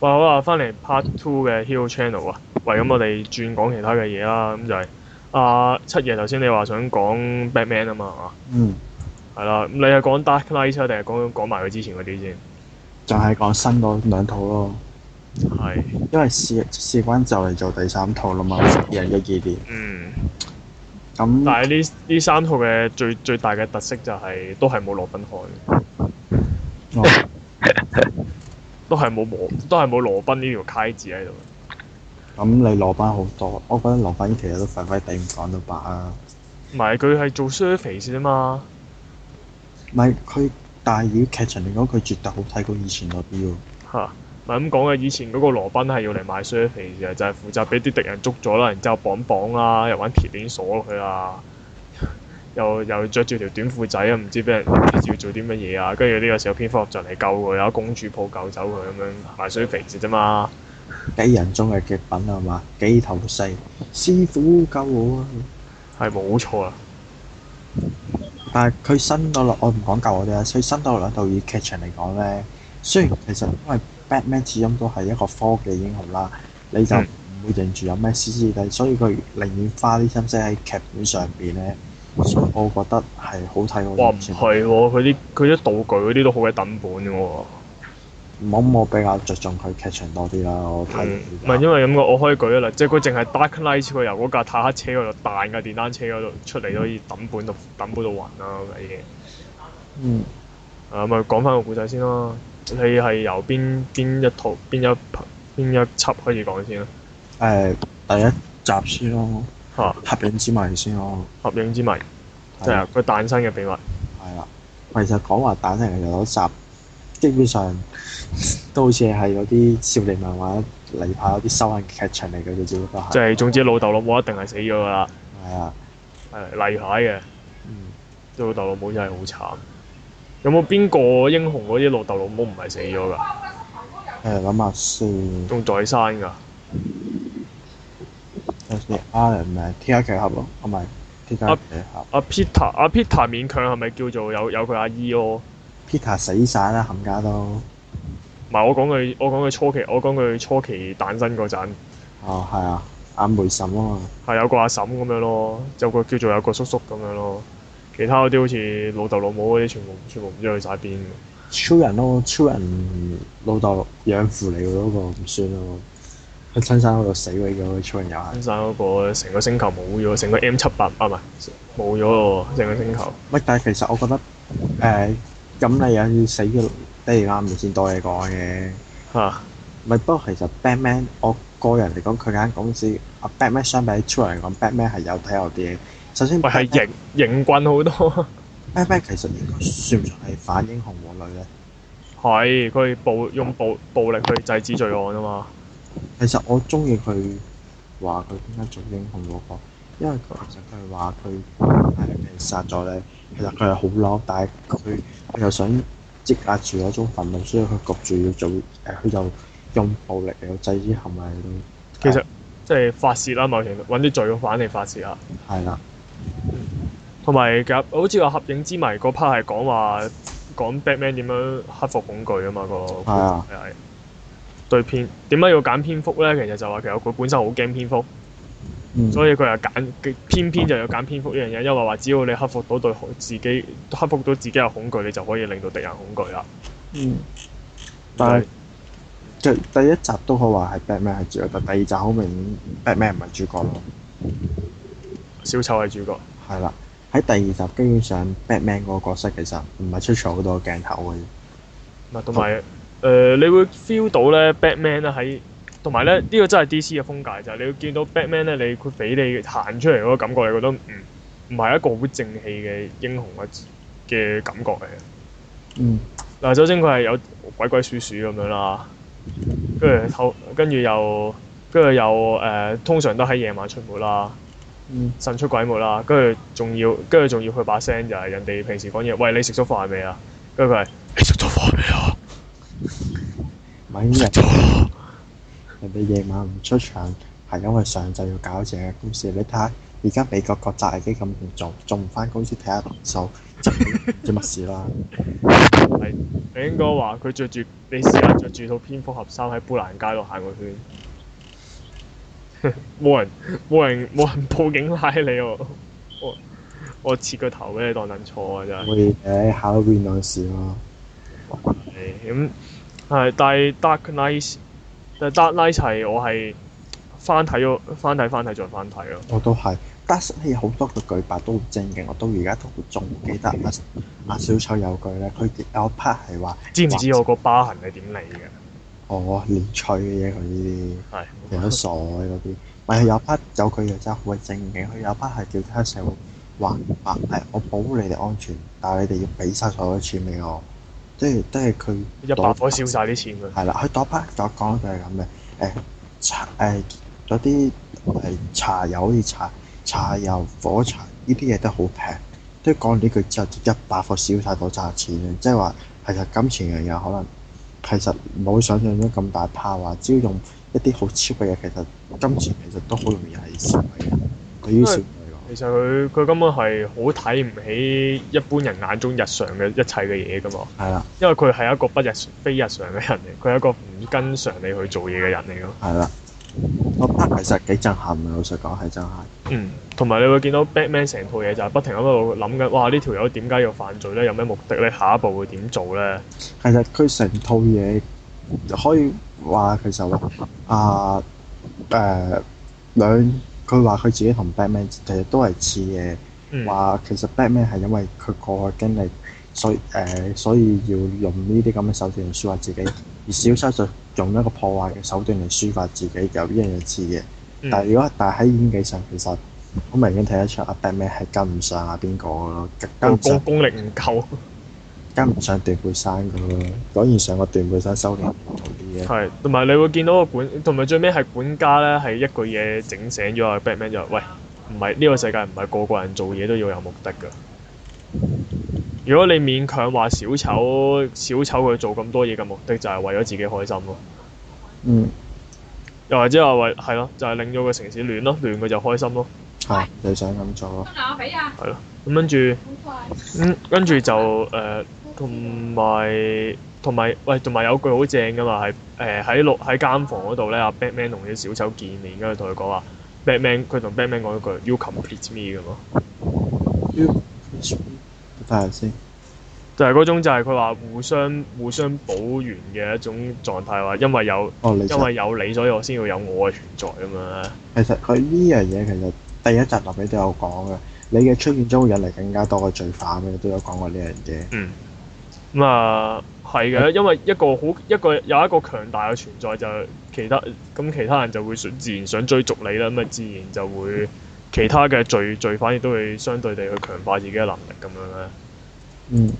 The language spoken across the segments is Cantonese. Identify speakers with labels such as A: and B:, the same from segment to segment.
A: 哇好啊，翻嚟 Part Two 嘅 Hill Channel 啊，喂咁我哋轉講其他嘅嘢啦，咁就係、啊七爺頭先你話想講 Batman 啊嘛，
B: 嗯，
A: 係嘛係啦，咁你係講 Dark Knight 啊，定係講講埋佢之前嗰啲先？
B: 就係講新嗰兩套咯，
A: 係，
B: 因為事事關就嚟做第三套啦嘛，二零一二年。
A: 嗯，
B: 咁
A: 但係呢呢三套嘅最最大嘅特色就係、都係冇羅賓漢嘅，
B: 我
A: 都係冇羅都係冇羅賓呢條街字喺度。
B: 咁你羅賓好多，我覺得羅賓其實都廢廢地唔講到白啊。
A: 唔係佢係做 surface 啫嘛，
B: 唔係佢，但係如果劇情嚟講，佢絕對好睇過以前嗰啲喎。
A: 嚇咪咁講嘅。以前嗰個羅賓係要嚟買 surface 嘅，就係、負責俾啲敵人捉咗啦，然之後綁綁啦，又揾鐵鏈鎖落去啦， 又又着住條短褲仔啊，唔知俾人唔知要做啲乜嘢啊。跟住呢個時候蝙蝠俠就嚟救佢啦，公主抱救走佢咁樣買 surface 啫嘛。
B: 幾人中嘅極品係嘛？幾頭四，師傅救我啊！
A: 係冇錯啊啦，
B: 但係佢新嗰兩，我唔講舊嗰啲啦。所以新嗰兩套以劇情嚟講咧，雖然其實因為 Batman 始終都係一個科技英雄啦，你就
A: 嗯
B: 唔會認住有咩師師弟，所以佢寧願花啲心思喺劇本上邊咧。所以我覺得係好睇
A: 哇
B: 過
A: 唔
B: 以前。
A: 係喎，佢啲佢啲道具嗰啲都好鬼抌本嘅喎。
B: 唔好我比較着重佢劇情多啲啦，我睇
A: 嗯唔
B: 完
A: 係
B: 之後。
A: 因為咁講，我可以舉一例，即係佢淨係 Dark Knight 佢由嗰架坦克車嗰度彈架電單車嗰度出嚟都已抌本到抌本到暈啦，咁已經。
B: 嗯，
A: 啊，咪講翻個故仔先啦。你係由邊邊一套邊一邊一輯開始講先啊啦？
B: 誒、第一集先咯，
A: 嚇、
B: 黑影之謎先咯，
A: 合影之謎，即係啊佢誕生嘅秘密。
B: 係啦，其實講話蛋成其實嗰集基本上都好似係嗰啲少年漫畫嚟拍嗰啲修行劇場嚟嘅啫，只不過係
A: 即係總之老豆老母一定係死咗㗎啦，
B: 係啊，
A: 係例牌嘅。
B: 嗯，
A: 啲老豆老母真係好慘。有冇邊個英雄嗰啲老豆老母唔係死咗㗎？
B: 誒諗下先，
A: 仲在生㗎？
B: 有時 Iron Man 鐵甲巨俠咯，唔係鐵甲巨俠
A: 阿 Peter 阿 Peter 勉強係咪叫做有有佢阿姨咯？
B: ，Peter 死晒啦，冚家都，
A: 唔係我講佢，我講佢初期，我講佢初期誕生嗰陣，
B: 哦係啊，阿梅嬸啊嘛，
A: 係有個阿嬸咁樣咯，有個叫做有個叔叔咁樣咯，其他嗰啲好似老豆老母嗰啲，全部全部唔知去晒邊。
B: 超人咯，超人老豆養父嚟嘅嗰個唔算咯，佢親生嗰度死鬼咗，超人又係。
A: 分散嗰個成個星球冇咗，成個 M 七八啊唔係冇咗咯，成個星球。
B: 喂，但係其實我覺得呃誒，咁、你有要死嘅爹哋啱，咪先多嘢講嘅。
A: 嚇、
B: 咪不過其實 Batman，我個人嚟講，佢間公司啊 Batman 相比起超人嚟講，Batman 係有睇有啲嘢。首先
A: 喂係
B: Batman,
A: 型型棍好多，
B: Batman 其實應該算唔算係反英雄和類咧？
A: 係佢暴用暴暴力去制止罪案啊嘛。
B: 其實我中意佢話佢點解做英雄嗰、個，因為佢其實佢話佢係俾人殺咗咧，其實佢係好嬲，但係佢佢又想積壓住嗰種憤怒，所以佢焗住要做誒，佢、就用暴力嚟到制止行為咯。
A: 其實即係發泄啦，某程度揾啲罪犯嚟發泄啊。
B: 係啦，
A: 同埋夾好似話合影之謎嗰 part 係講話講 Batman 點樣克服恐懼啊嘛個故
B: 係啊
A: 事係對蝙點解要揀蝙蝠咧？其實就話其實佢本身好驚蝙蝠，
B: 嗯，
A: 所以佢又揀偏偏就要揀蝙蝠呢樣嘢，因為話只要你克服到對自己克服到自己嘅恐懼，你就可以令到敵人恐懼啦。
B: 嗯，但係最第一集都可以話係 Batman 係主角，但第二集好明顯 Batman 唔係主角咯。
A: 小丑係主角，
B: 係啦，喺第二集基本上 Batman 嗰個角色其實唔係出咗好多鏡頭嘅。
A: 唔係同埋誒，你會 feel 到咧 Batman 咧喺同埋咧呢、個真係 DC 嘅風格就係、你會見到 Batman 咧，你佢俾你行出嚟嗰個感覺，你覺得唔唔係一個好正氣嘅英雄嘅嘅感覺嚟嘅。
B: 嗯。
A: 嗱，首先佢係有鬼鬼祟祟咁樣啦，跟住透跟住又跟住又誒、通常都喺夜晚出沒啦。
B: 嗯，
A: 神出鬼沒啦，跟住仲要，跟住仲要佢把聲就係人哋平時講嘢，喂你食咗飯未啊？跟住佢係你食咗飯未啊？
B: 唔係人
A: 咗啦！
B: 人哋夜晚唔出場，係因為上晝要搞正嘅公司。你睇下而家美國國債基咁嚴重，仲唔翻公司睇下盤數，就唔知乜事啦。
A: 你應該話佢着住，你試下着住套蝙蝠俠衫喺砵蘭街度行個圈， 冇人冇人冇人報警拉你喎！我我切個頭俾你當撚錯啊！真係
B: 會誒考 win 嗰時咯，
A: 係咁係，但係 Dark Knight，但係 Dark Knight 係我係翻睇咗翻睇翻睇再翻睇咯。
B: 我都係。但係好多嘅舉白都好正嘅，我到而家都仲記得阿阿小丑有句咧，佢有 part 係話
A: 知唔知我個疤痕係點嚟嘅？
B: 哦，連趣嘅嘢佢呢
A: 係
B: 啲，其實都傻嘅嗰啲。咪係有 part 有佢嘅真係好鬼正嘅，佢有 part 係叫黑社會話話誒，我保護你哋安全，但係你哋要俾晒所有錢俾我，即係即係佢
A: 一把火燒晒啲錢佢。
B: 係啦，佢嗰 part 就講就係咁嘅，誒茶誒嗰啲誒茶油好似茶茶油火柴呢啲嘢都好平，都講完呢句之後就一百個燒晒嗰扎錢嘅，即係話其實金錢樣嘢可能其實冇想象中咁大 power，只要用一啲好 cheap 嘅嘢，其實金錢其實都好容易係消費嘅，對於小朋友嚟
A: 其實佢佢根本係好睇唔起一般人眼中日常嘅一切嘅嘢噶嘛，
B: 講，係啦
A: 因為佢係一個不日非日常嘅人嚟，佢係一個唔跟常理去做嘢嘅人嚟咯。
B: 係啦，嗰 part 其實幾震撼啊嘅，老實講係真係。
A: 嗯，同埋你會見到 Batman 成套嘢就係不停喺度諗緊，哇！呢條友點解要犯罪咧？有咩目的咧？下一步會點做咧？
B: 其實佢成套嘢可以話其實啊誒兩，佢話佢自己同 Batman 其實都係似嘅，
A: 嗯，
B: 話其實 Batman 係因為佢過去經歷，所以誒、所以要用呢啲咁嘅手段嚟抒發自己，而小丑就用一個破壞嘅手段嚟抒發自己，有呢樣嘢似嘅。
A: 嗯
B: 但係如果但係喺演技上，其實好明顯睇得出阿 Batman 係跟唔上阿邊個嘅咯，跟
A: 個
B: 唔上
A: 功功力唔夠，
B: 跟唔上斷背山咁咯。果然上個斷背山修煉唔到啲嘢。
A: 係同埋你會見到個管，同埋最尾係管家咧係一句嘢整醒咗啊 Batman 就話喂，唔係呢個世界唔係個個人做嘢都要有目的㗎。如果你勉強話小丑，小丑佢做咁多嘢嘅目的就係為咗自己開心咯，
B: 嗯，
A: 又或者話為係咯，就係、令到個城市亂咯，亂佢就開心咯，
B: 係你想咁做咯。
C: 嗱，我俾啊，
A: 係咯。咁跟住。
C: 好快。
A: 嗯，跟住就誒，同埋同埋喂，同埋有句好正噶嘛，係誒喺落喺間房嗰度咧，阿 Batman 同啲小丑見面，跟住同佢講話，Batman 佢同 Batman 講一句，You complete me 咁咯，
B: 睇下先。
A: 就係嗰種就係佢話互相互相補完嘅一種狀態，話因為有
B: 哦，你
A: 因
B: 想
A: 為有你，所以我先要有我嘅存在咁樣咧。
B: 其實佢呢樣嘢其實第一集臨尾都有講嘅。你嘅出現將會引嚟更加多嘅罪犯嘅，都有講過呢樣嘢。
A: 嗯，咁啊係嘅，因為一個好一個有一個強大嘅存在就係其他咁其他人就會想自然想追逐你啦，咁啊自然就會其他嘅罪罪犯亦都會相對地去強化自己嘅能力咁樣咧。
B: 嗯。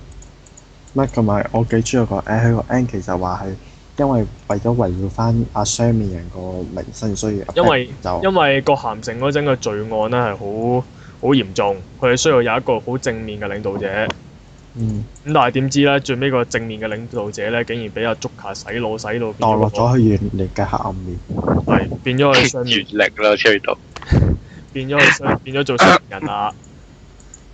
B: 乜同埋我幾中意個 N，佢個 N 其實話係因為為咗圍繞翻阿雙面人個名聲，所以
A: 因為
B: 就
A: 因為個鹹城嗰陣嘅罪案咧係好好嚴重，佢哋需要有一個好正面嘅領導者。咁
B: 嗯
A: 但係點知咧，最尾個正面嘅領導者咧，竟然俾阿竹卡洗腦洗到變
B: 墮哦
A: 咗個
B: 落咗佢原嚟嘅黑暗面。
A: 係變咗佢雙 面，
D: 力啦，吹到
A: 變咗佢雙變咗做雙面人啦。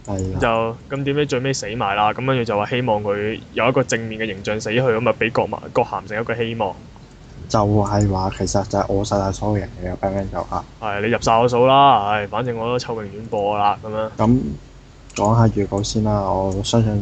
B: 係啊。
A: 就咁點解最尾死埋啦？咁跟住就話希望佢有一個正面嘅形象死去，咁啊俾郭文郭涵成一個希望。
B: 就係話其實就係我晒晒所有人嘅 Batman 就嚇。
A: 係你入晒我數啦，唉，反正我都臭永遠播啦啊咁樣。
B: 咁講下預告先啦，我相信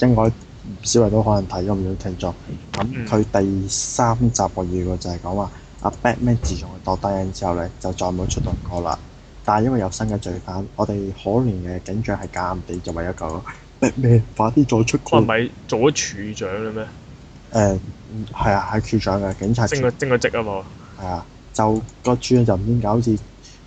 B: 應該唔少人都可能睇咗唔少聽眾。
A: 嗯
B: 咁佢第三集個預告就係講話阿 Batman 自從佢墮低人之後咧，就再冇出動過啦。但係因為有新嘅罪犯，我哋可憐嘅警長係夾硬地就為咗救 Batman，快啲再出
A: 佢哦唔
B: 佢。誒、
A: 係做咗處長嘅咩？
B: 嗯係啊，係處長嘅警察
A: 升
B: 處
A: 個升個職啊嘛。
B: 係啊，就個主任就唔知點解好似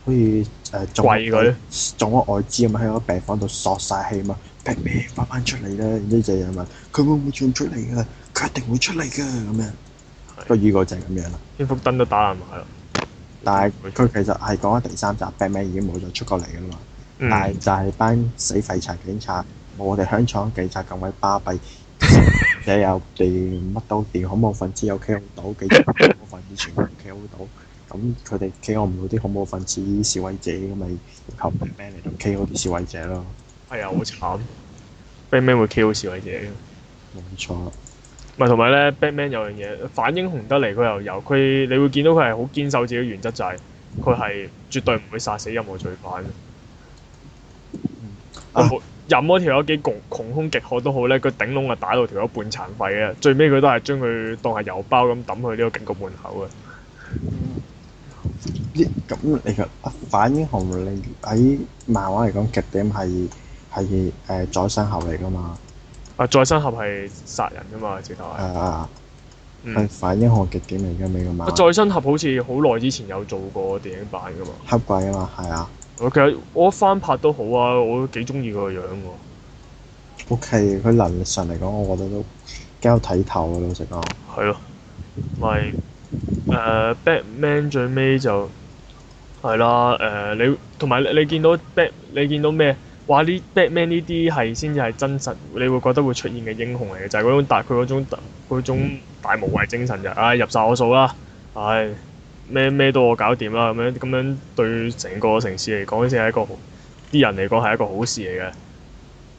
B: 好似呃誒中
A: 跪佢
B: 中咗外資咁喺個病房度索晒氣嘛，拼命翻翻出嚟啦！然之後就有人問佢會唔會仲出嚟㗎？佢一定會出嚟㗎咁樣。個預告就係咁樣啦，
A: 蝙蝠燈都打爛埋啦。
B: 但係佢其實係講緊第三集 Batman 已經冇再出過嚟㗎啦嘛，
A: 嗯，
B: 但係就係班死廢柴警察，冇我哋香港警察咁鬼巴閉，你又掂乜都掂，恐怖分子有 KO 到，幾恐怖分子全部 KO 到，咁佢哋 K.O. 唔到啲恐怖分子示威者，咁咪靠 Batman 嚟到 K.O. 啲示威者咯。
A: 係啊，好慘。Batman 會 kill 示威者嘅。
B: 冇錯，
A: 唔係同埋咧，Batman 有樣嘢反英雄得嚟，佢又有佢，你會見到佢係好堅守自己原則，就係佢係絕對唔會殺死任何罪犯。我冇任嗰條友幾窮窮兇極惡都好咧，佢頂籠啊打到條友半殘廢嘅，最尾佢都係將佢當係郵包咁抌去呢個警局門口嘅。
B: 呢咁你嘅啊反英雄，你喺漫畫嚟講極點係係誒再生後嚟噶嘛？
A: 啊，再生俠係殺人噶嘛，直頭係。
B: 誒啊係
A: 嗯。啊
B: 反英雄極點嚟嘅美國漫畫，
A: 再生俠好似好耐之前有做過電影版噶嘛。
B: 黑鬼啊嘛，係啊
A: 我其實我翻拍都好啊，我都幾中意佢個樣喎。
B: ，OK，佢能力上嚟講，我覺得都幾有睇頭啊，老實講。
A: 係咯，咪誒、呃 Batman 最尾就係啦，誒、呃你同埋你你見到 Bat 你見到咩？哇！呢 Batman 呢啲係先至係真實，你會覺得會出現嘅英雄嚟嘅，就係、嗰種大佢嗰種大嗰種大無畏精神就係唉、入晒我數啦，唉咩咩都我搞掂啦，咁樣咁樣對成個城市嚟講先係一個好啲人嚟講係一個好事嚟嘅。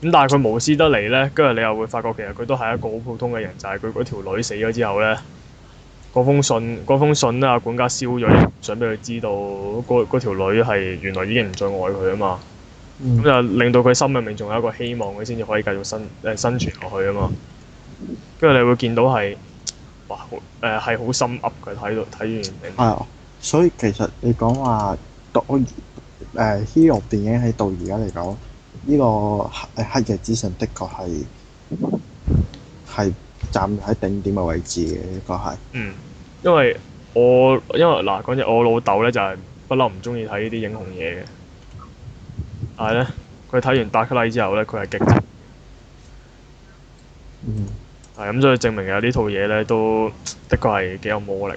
A: 咁但係佢無私得嚟咧，跟住你又會發覺其實佢都係一個好普通嘅人，就係佢嗰條女死咗之後咧，嗰封信嗰封信咧，阿管家燒咗，唔想俾佢知道嗰嗰條女係原來已經唔再愛佢啊嘛，咁
B: 嗯
A: 就令到佢心入面仲有一個希望，佢先至可以繼續生誒、生存落去啊嘛。跟住你會見到係，哇好誒係好心噏嘅，睇到睇完整
B: 係啊，所以其實你講話到誒《Hero》電影喺到而家嚟講，呢、個黑黑夜之神的確係係站喺頂點嘅位置嘅，的確係。
A: 嗯，因為我因為嗱講真，我老豆咧就係不嬲唔中意睇呢啲英雄嘢嘅，但係咧佢睇完《Dark Knight》之後咧，佢係極憎
B: 嗯，
A: 係啊咁，所以證明有呢套嘢咧都的確係幾有魔力。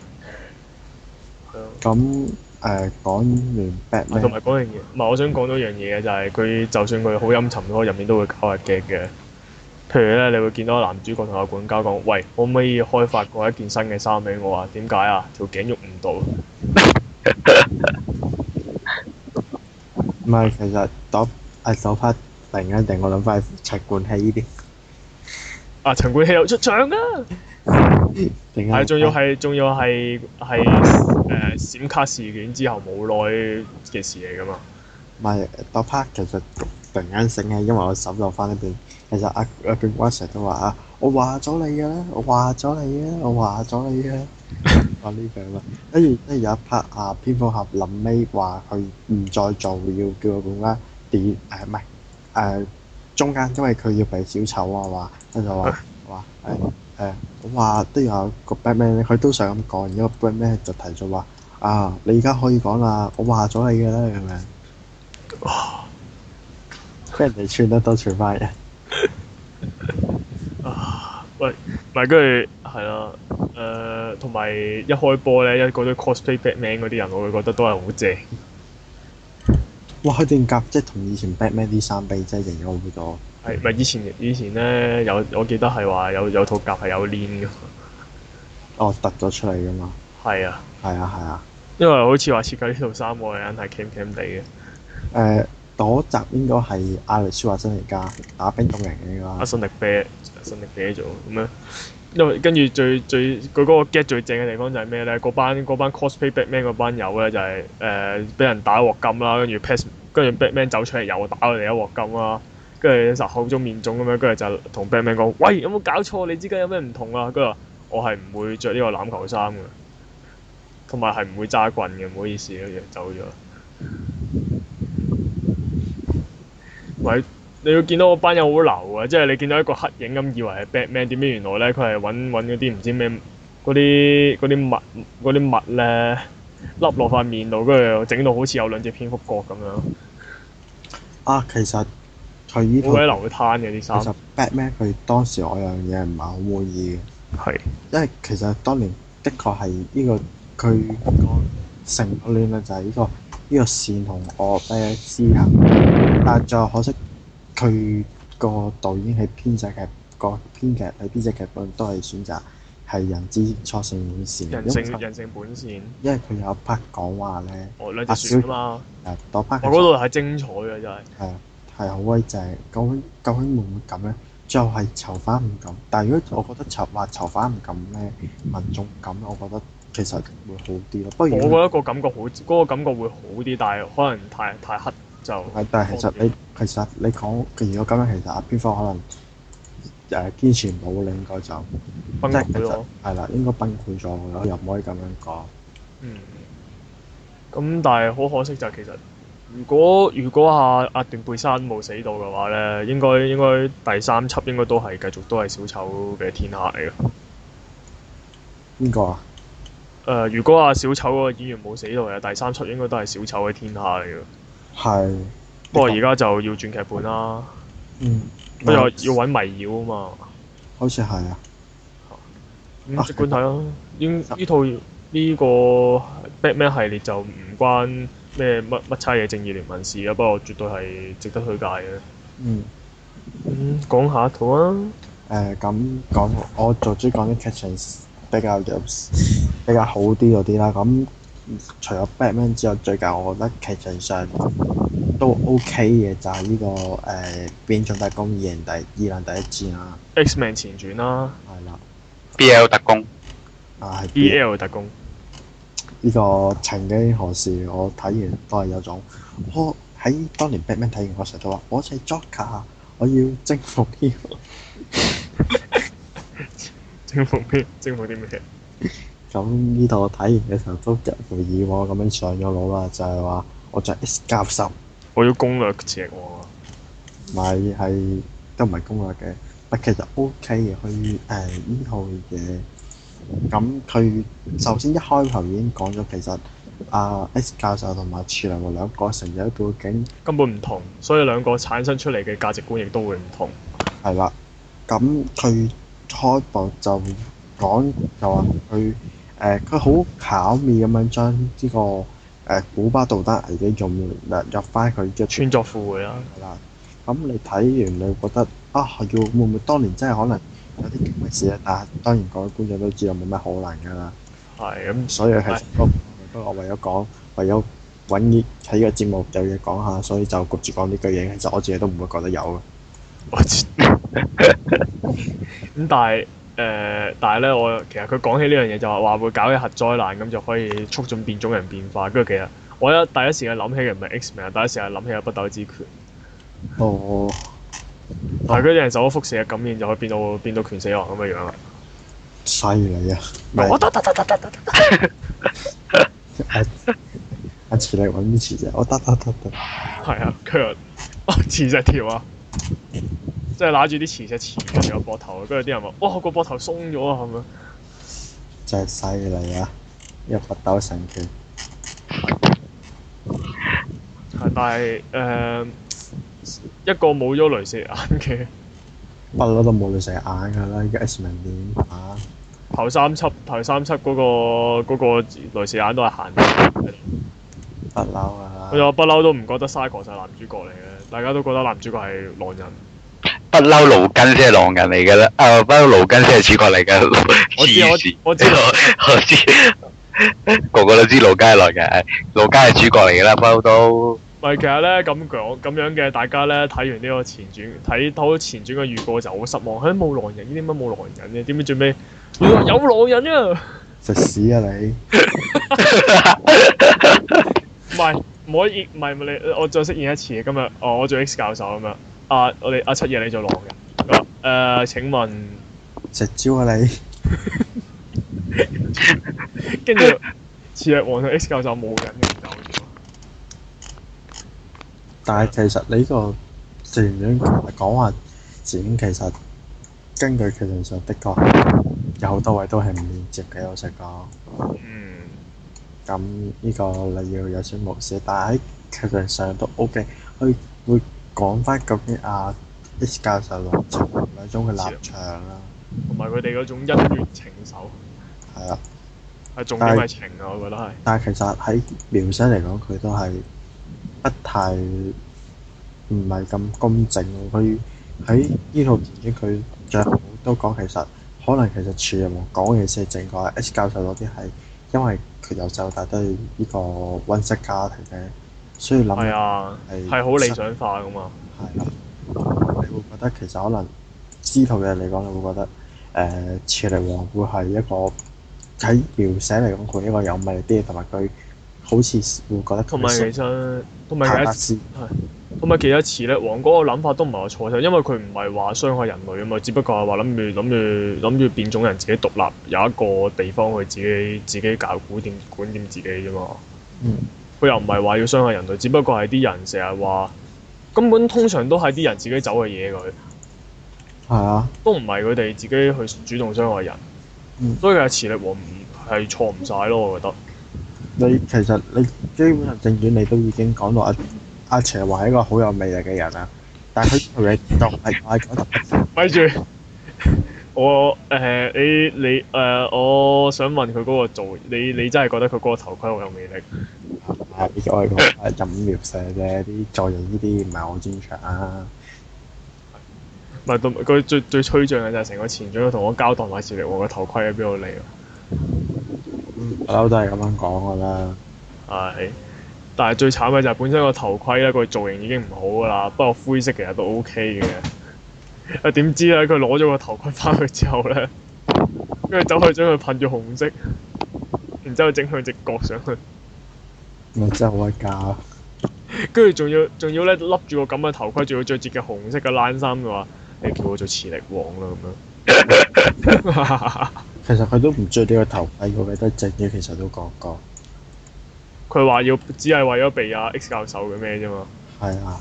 A: 係啊
B: 咁誒、講完
A: 啊同
B: Batman，
A: 埋嗰樣嘢，唔係我想講多樣嘢嘅就係佢就算佢好陰沉都好，入面都會搞下 g 嘅。譬如咧，你會見到男主角同阿管家講：喂，可唔可以開發過一件新嘅衫俾我啊？點解啊？條頸喐唔到。
B: 唔係其實嗰誒嗰 part 突然間定我諗翻係陳冠希呢啲，
A: 啊，陳冠希又出場啊！
B: 突然間
A: 係，仲要係，仲要係係誒閃卡事件之後冇耐嘅事嚟噶嘛？
B: 唔係嗰 part 其實突然間醒起，因為我手落翻呢邊。其實阿阿炳哥成日都話啊，我話咗你嘅啦，我話咗你嘅啦，我話咗你嘅啦，話呢句啦。跟住跟住有一 part 啊，蝙蝠俠臨尾話佢唔再做，要叫個炳哥點誒唔係誒中間，因為佢要俾小丑啊話，跟住就話話誒誒，我話都有個 Batman 咧，佢都想咁講，然後 Batman 就提咗話啊，你而家可以講啦，我話咗你嘅啦咁樣。俾人哋串得多串翻人。
A: 啊，喂，咪跟住係啦，誒同埋一開波咧，一嗰堆 cosplay Batman 嗰啲人，我會覺得都係好正。
B: 哇！佢件甲即係同以前 Batman 啲衫比，真係型咗好多。
A: 係咪以前以前咧有我記得係話有有套甲係有 link 嘅，
B: 哦，突咗出嚟噶嘛。
A: 係啊，
B: 係啊，係啊。
A: 因為好似話設計呢套衫嗰個人係 cam cam 地嘅，
B: 誒、嗰集應該係阿力舒華辛力加打冰凍人嘅應
A: 阿
B: 該。
A: 新力啤新力啤做咁樣。因為跟住最最佢嗰個 get 最正嘅地方就係咩咧？嗰班嗰班 cosplay Batman 嗰班友咧啊就係誒俾人打一鑊金啦，跟住 pass 跟住 Batman 走出嚟又打佢哋一鑊金啦，跟住就口腫面腫咁樣，跟住就同 Batman 講：喂，有冇搞錯？你之間有咩唔同啊？跟住話我係唔會着呢個欖球衫嘅，同埋係唔會揸棍嘅，唔好意思，跟住走咗。喂，你要見到嗰班友好流啊！即係你見到一個黑影咁，以為係 Batman，點知原來咧佢係揾揾嗰啲唔知咩嗰啲嗰啲物嗰啲物咧，笠落塊面度，跟住整到好似有兩隻蝙蝠角咁樣，
B: 啊，其實佢呢
A: 好鬼
B: 套
A: 流灘嘅啲衫
B: 其。實 Batman 佢當時我有樣嘢唔係好滿意嘅，
A: 係
B: 因為其實當年的確係呢、個佢個成個理論就係呢、個呢、個善同惡咧之行，但係最後可惜佢個導演喺編劇劇個編劇喺編劇劇本都係選擇係人之初性本善，
A: 人
B: 因為
A: 性人性本善，
B: 因為佢有一 part 講話咧，
A: 我兩隻船啊嘛，
B: 誒嗰 part
A: 我嗰度係精彩嘅真係。
B: 係啊係好威正，究竟究竟會唔會咁咧？最後係囚犯唔敢，但係如果我覺得囚話囚犯唔敢咧，民眾敢，我覺得其實會好啲咯。不
A: 我
B: 如
A: 覺得個感覺好，嗰、個感覺會好啲，但係可能太太黑就
B: 係但係其實你其實你講，如果咁樣其實阿邊方可能誒、堅持唔到，你應該就
A: 崩
B: 即係其
A: 潰
B: 實
A: 咯。
B: 係啦，應該崩潰咗㗎咯，又唔可以咁樣講。
A: 嗯。咁但係好可惜就係其實，如果如果阿阿段貝山冇死到嘅話咧，應該應該第三輯應該都係繼續都係小丑嘅天下嚟嘅。
B: 邊個啊？
A: 誒、如果阿小丑嗰個演員冇死到嘅，第三輯應該都係小丑嘅天下嚟嘅。
B: 係
A: 不過而家就要轉劇本啦，
B: 嗯，
A: 不過要揾迷妖啊嘛。
B: 好似係啊，啊
A: 咁即管睇啦。應呢套呢個 Batman 系列就唔關咩乜乜差嘢正義聯盟事啊，不過絕對係值得推介嘅。
B: 嗯。
A: 嗯，講下一套啊，
B: 誒呃咁講，我做主講啲 catching 比較有比較好啲嗰啲啦。咁除咗 Batman 之外，最近我覺得劇情上都 OK 嘅，就係呢、個誒、變種特工二零第二零第一戰啦，
A: 《X-Men 前傳》啦，
B: 係啦，
C: BL 特工，
B: 啊係
A: 《E.L. 特 工》
B: 呢個曾經何時我睇完都係有種，我喺當年 Batman 睇完我成日都話我係 Joker，我啊要征服呢、個。
A: 征服咩？征服啲咩？
B: 咁呢度我睇完嘅時候都一如以往咁樣上咗腦啦，就係、話我着 S 教授，
A: 我要攻略赤王啊！
B: 咪係都唔係攻略嘅，但其實 O K 嘅，佢誒呢套嘢。咁佢首先一開頭已經講咗，其實啊 S 教授同埋次良木兩個成長背景
A: 根本唔同，所以兩個產生出嚟嘅價值觀亦都會唔同。
B: 係啦。咁佢開幕就講就話佢誒佢好巧妙咁樣將呢、個誒、古巴道德危機用入入翻佢嘅
A: 穿作附會啦，
B: 係啦。咁你睇完你會覺得啊，係要會唔會當年真係可能有啲咁嘅事咧？但係當然各位觀眾都知道冇乜可能㗎啦。
A: 係咁，
B: 所以係不過我為咗講，為咗揾呢喺個節目有嘢講下，所以就焗住講呢句嘢。其實我自己都唔會覺得有嘅。
A: 我知 咁但係誒、呃但係咧，我其實佢講起呢樣嘢就話話會搞起核災難，咁就可以促進變種人變化。跟住其實我一第一時間諗起嘅唔係 X-Men，第一啊時間諗起係北斗之拳。
B: 哦，
A: 但係嗰啲人受咗輻射嘅感染，就可以變到變到拳死王咁嘅樣啦。
B: 犀利啊！
A: 我得得得得得得得
B: 阿阿磁啊力揾啲磁石，我得得得得，
A: 係啊，跟住啊磁石條啊，即係揦住啲磁石纏住個膊頭，跟住啲人話：哇，個膊頭鬆咗啊！咁樣。
B: 真係犀利啊！一個北斗神拳，
A: 係但係誒、呃一個冇咗雷射眼嘅
B: 不嬲都冇你成眼㗎啦！依家 S 名點打？
A: 頭三輯，頭三輯嗰、個嗰、個雷射眼都係閒嘅，
B: 不嬲啊㗎
A: 佢
B: 啦！
A: 就不嬲都唔覺得 Cyclops 係男主角嚟嘅，大家都覺得男主角係狼人。
C: 不嬲勞根先係狼人嚟噶啦，啊不嬲勞根先係主角嚟噶，
A: 我知
C: 黐線
A: 我我知道
C: 我知，個個都知勞根係狼人，勞根係主角嚟噶啦，不嬲都
A: 咪其實咧咁講咁樣嘅，大家咧睇完呢個前傳，睇到前傳嘅預告就好失望，佢冇狼人，點解冇狼人嘅？點解最尾有有狼人啊？
B: 食屎啊你！
A: 唔係唔可以，唔係唔係你，我再飾演一次今日，哦，我做 X 教授咁樣。啊，我哋阿七爺你做狼人。誒、呃，請問，
B: 食蕉啊你！
A: 跟住次日皇同 X 教授冇人嘅走咗。
B: 但係其實你呢個前院講話前院其實根據劇情上的確係有好多位都係唔連接嘅，老實講。
A: 嗯，
B: 咁呢個你要有少無視，但係喺劇情上都 OK。佢會講翻究竟啊 H 教授立場兩種嘅立場啦，
A: 同埋佢哋嗰種恩怨情仇
B: 係啦。
A: 係重點係情啊，我覺得係。
B: 但係其實喺描寫嚟講，佢都係不太唔係咁公正。佢喺呢套電影佢仲有好多講，其實可能其實處人王講嘅嘢先係正確，H 教授嗰啲係因為佢由細到大都係呢個温室家庭咧，所以諗
A: 係啊，
B: 係
A: 係好理想化噶嘛。
B: 係啦，你會覺得其實可能司徒嘅嚟講，你會覺得誒、呃、刺力王會係一個喺描寫嚟講，佢一個有魅力啲，同埋佢好似會覺得
A: 同埋其
B: 佢
A: 實，同埋其
B: 泰
A: 實
B: 達斯
A: 同埋其實詞咧，王嗰個諗法都唔係話錯晒，因為佢唔係話傷害人類啊嘛，只不過係話諗住諗住諗住變種人自己獨立有一個地方去自己自己搞管掂管掂自己啫嘛。
B: 嗯。
A: 佢又唔係話要傷害人類，只不過係啲人成日話根本通常都係啲人自己走嘅嘢佢，
B: 係啊，
A: 都唔係佢哋自己去主動傷害人。
B: 嗯
A: 所以其實磁力王唔係錯唔晒咯，我覺得。
B: 你其實你基本上正院你都已經講到阿阿邪話係一個好有魅力嘅人啦，但係佢呢樣嘢就係嗌講
A: 咪住， 我誒、呃你你誒、呃我想問佢嗰個造，你你真係覺得佢嗰個頭盔好有魅力？
B: 啊！呢個我係講飲描寫啫，啲作用呢啲唔係我專長啊。
A: 唔係，同佢最最吹脹嘅就係成個前長同我交代埋磁力王個頭盔喺邊度嚟嗯
B: 不嬲都係咁樣講噶啦。
A: 啊！係，但係最慘嘅就係本身個頭盔咧，佢造型已經唔好㗎啦，不過灰色其實都 OK 嘅。 啊點知咧，佢攞咗個頭盔翻去之後咧，跟住走去將佢噴咗紅色，然之後整佢隻角上去。
B: 咪啊真係好鬼假。
A: 跟住仲要仲要咧，笠住個咁嘅頭盔，仲要着住件紅色嘅冷衫嘅話，你叫我做磁力王啦咁樣。
B: 其實佢都唔中意呢個頭盔，我記得正宇其實都講過。
A: 佢話要只係為咗避阿 X 教授嘅咩啫嘛，
B: 係啊，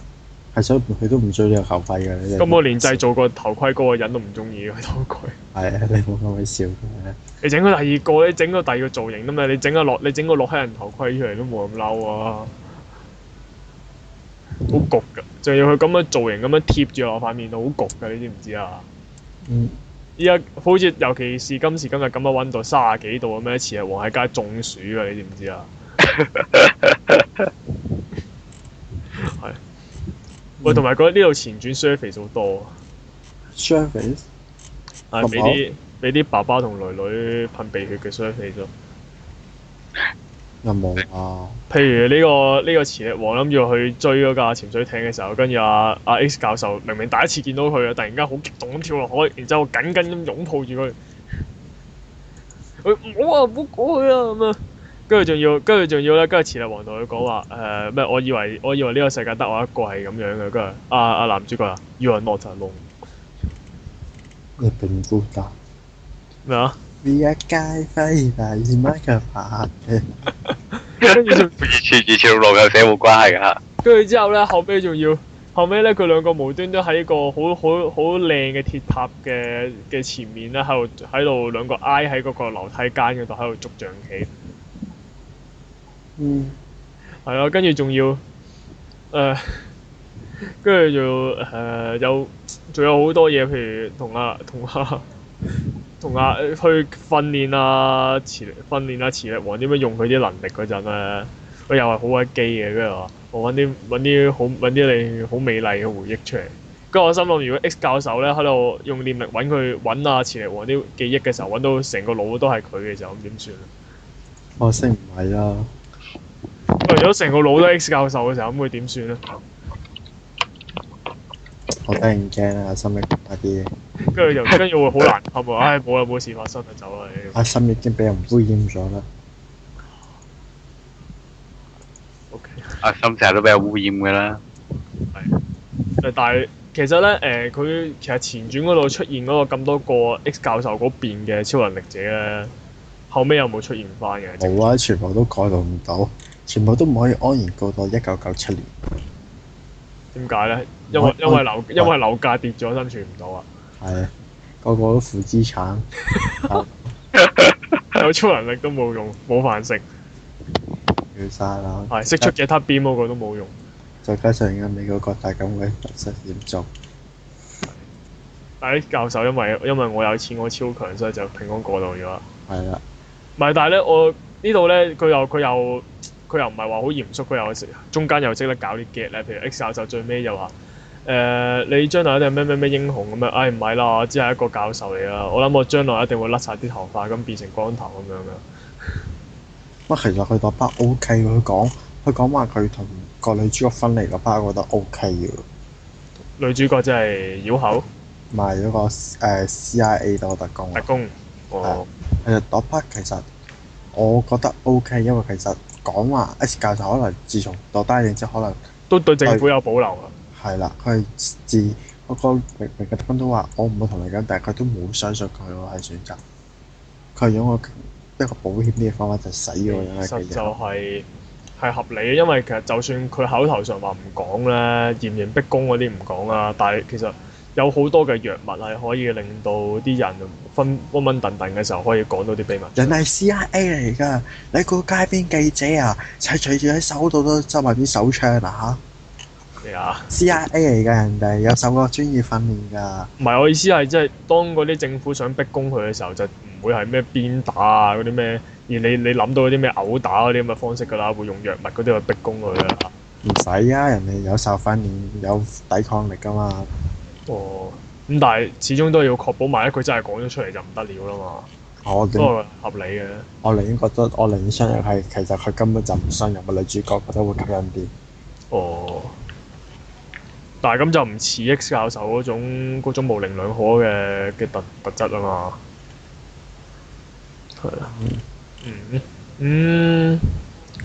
B: 係所以佢都唔中意呢個頭盔嘅。你哋
A: 咁我連製造個頭盔嗰個人都唔中意佢頭盔。
B: 係啊，你冇咁鬼笑嗯嘅。
A: 你整個第二個，你整個第二個造型啊嘛，你整個落你整個洛克人頭盔出嚟都冇咁嬲啊！好焗㗎，仲要佢咁樣造型咁樣貼住落我塊面度，好焗㗎，你知唔知啊？
B: 嗯，
A: 依家好似尤其是今時今日咁嘅温度，三十幾度咁樣，似係黃喺街中暑啊！你知唔知啊？係。喂，同埋覺得呢度前轉 surface 好多啊
B: s u r f a c
A: 啊，係俾啲俾啲爸爸同女女噴鼻血嘅 surface 咯。
B: 又冇啊。
A: 譬如呢、個呢、個磁力王諗住去追嗰架潛水艇嘅時候，跟住阿阿 X 教授明明第一次見到佢啊，突然間好激動咁跳落海，然之後緊緊咁擁抱住佢。佢唔好啊，唔好過去啊咁啊！跟住仲要，跟住仲要咧，跟住磁力王同佢講話誒咩？我以為我以為呢個世界得我一個係咁樣嘅，跟住阿阿男主角啊，You are not alone
B: 你並孤單。
A: 咩啊？
B: 呢一街飛大二蚊嘅飯嘅，
A: 跟住仲
C: 完全完全同路有社冇關係㗎。
A: 跟住之後咧，後尾仲要後尾咧，佢兩個無端端喺個好好好靚嘅鐵塔嘅嘅前面咧，喺度喺度兩個挨喺嗰個樓梯間嗰度喺度捉象棋，
B: 嗯，
A: 係啊，跟住仲要誒，跟住仲要誒有仲有好多嘢，譬如同啊同啊同啊去訓練啊磁力訓練啊磁力王點樣用佢啲能力嗰陣咧，佢又係好鬼機嘅，跟住話我揾啲揾啲好揾啲你好美麗嘅回憶出嚟。跟住我心諗，如果 X 教授咧喺度用念力揾佢揾啊磁力王啲記憶嘅時候，揾到成個腦都係佢嘅時候，咁點算啊？
B: 可惜唔係啊啦。
A: 喂如果成個腦都係 X 教授嘅時候，咁會點算咧？啊
B: 我得人驚啊！心力大啲，
A: 跟住就跟住會好難堪喎。唉，冇啦，冇事發生啦，走啦你。
B: 阿啊心已經俾人污染咗啦。
A: O K。
C: 阿心成日都俾人污染㗎啦。
A: 但係其實咧，誒佢其實前傳嗰度出現嗰個咁多個 X 教授嗰邊嘅超能力者咧，後尾有冇出現翻嘅？
B: 冇啊！全部都改造唔到，全部都唔可以安然過到一九九七年。
A: 點解咧？因為因為樓因為樓價跌咗，生存唔到啊！
B: 係啊，個個都負資產。係
A: 有超能力都冇用，冇飯食，
B: 要晒啦！
A: 係識出嘅他邊嗰個都冇用。
B: 再加上而家美國各大咁鬼突失嚴重，
A: 但係 X 教授因為因為我有錢，我超強，所以就平安過渡咗啦。
B: 係啦，
A: 唔係，但係咧，我呢度咧，佢又佢又佢又唔係話好嚴肅，佢又中間又識得搞啲 get 咧。譬如 X 教授最尾又話：誒、你將來一定係咩咩咩英雄咁樣，唉唔係啦，我只係一個教授嚟啦，我諗我將來一定會甩晒啲頭髮咁變成光頭咁樣嘅。
B: 不過啊其實佢嗰 part O K 佢講佢講話佢同個女主角分離嗰 part，我覺得 O K 嘅，
A: 女主角真係妖口
B: 唔係嗰個誒 C I A 嗰個特工
A: 特
B: 啊。
A: 工，哦，
B: 其實嗰 part 其實我覺得 O、k 因為其實講話 S 教授可能自從落單影之後，可能
A: 都對政府有保留啊。
B: 係啦，佢係自嗰個明明嘅特工都話我唔會同你講，但係佢都冇相信佢咯，係選擇佢係用一個一個保險啲嘅方法就使
A: 其
B: 咗個人
A: 實
B: 嘅
A: 就
B: 人。
A: 係係合理嘅，因為其實就算佢口頭上話唔講咧，嚴刑逼供嗰啲唔講啦，但係其實有好多嘅藥物係可以令到啲人分昏昏沌沌嘅時候可以講到啲秘密出
B: 人
A: 嚟。
B: 係 CIA 嚟㗎，你估街邊記者啊，齊隨住喺手度都執埋啲手槍啊
A: 係啊，
B: ！CIA 嚟㗎，人哋有受過專業訓練㗎。
A: 唔係我意思係即係當嗰啲政府想逼供佢嘅時候，就唔會係咩鞭打啊嗰啲咩，而你你諗到嗰啲咩毆打嗰啲咁嘅方式㗎啦，會用藥物嗰啲去逼供佢啦。
B: 唔使啊，人哋有受訓練，有抵抗力㗎嘛。
A: 哦，咁但係始終都要確保萬一佢真係講咗出嚟就唔得了啦嘛，
B: 我
A: 不
B: 寧
A: 過合理嘅。
B: 我寧願覺得我寧願相信係，其實佢根本就唔信任個女主角，覺得會吸引啲。
A: 哦，但係咁就唔似 X 教授嗰種嗰種模棱兩可嘅嘅特特質啊嘛。係啊。嗯嗯，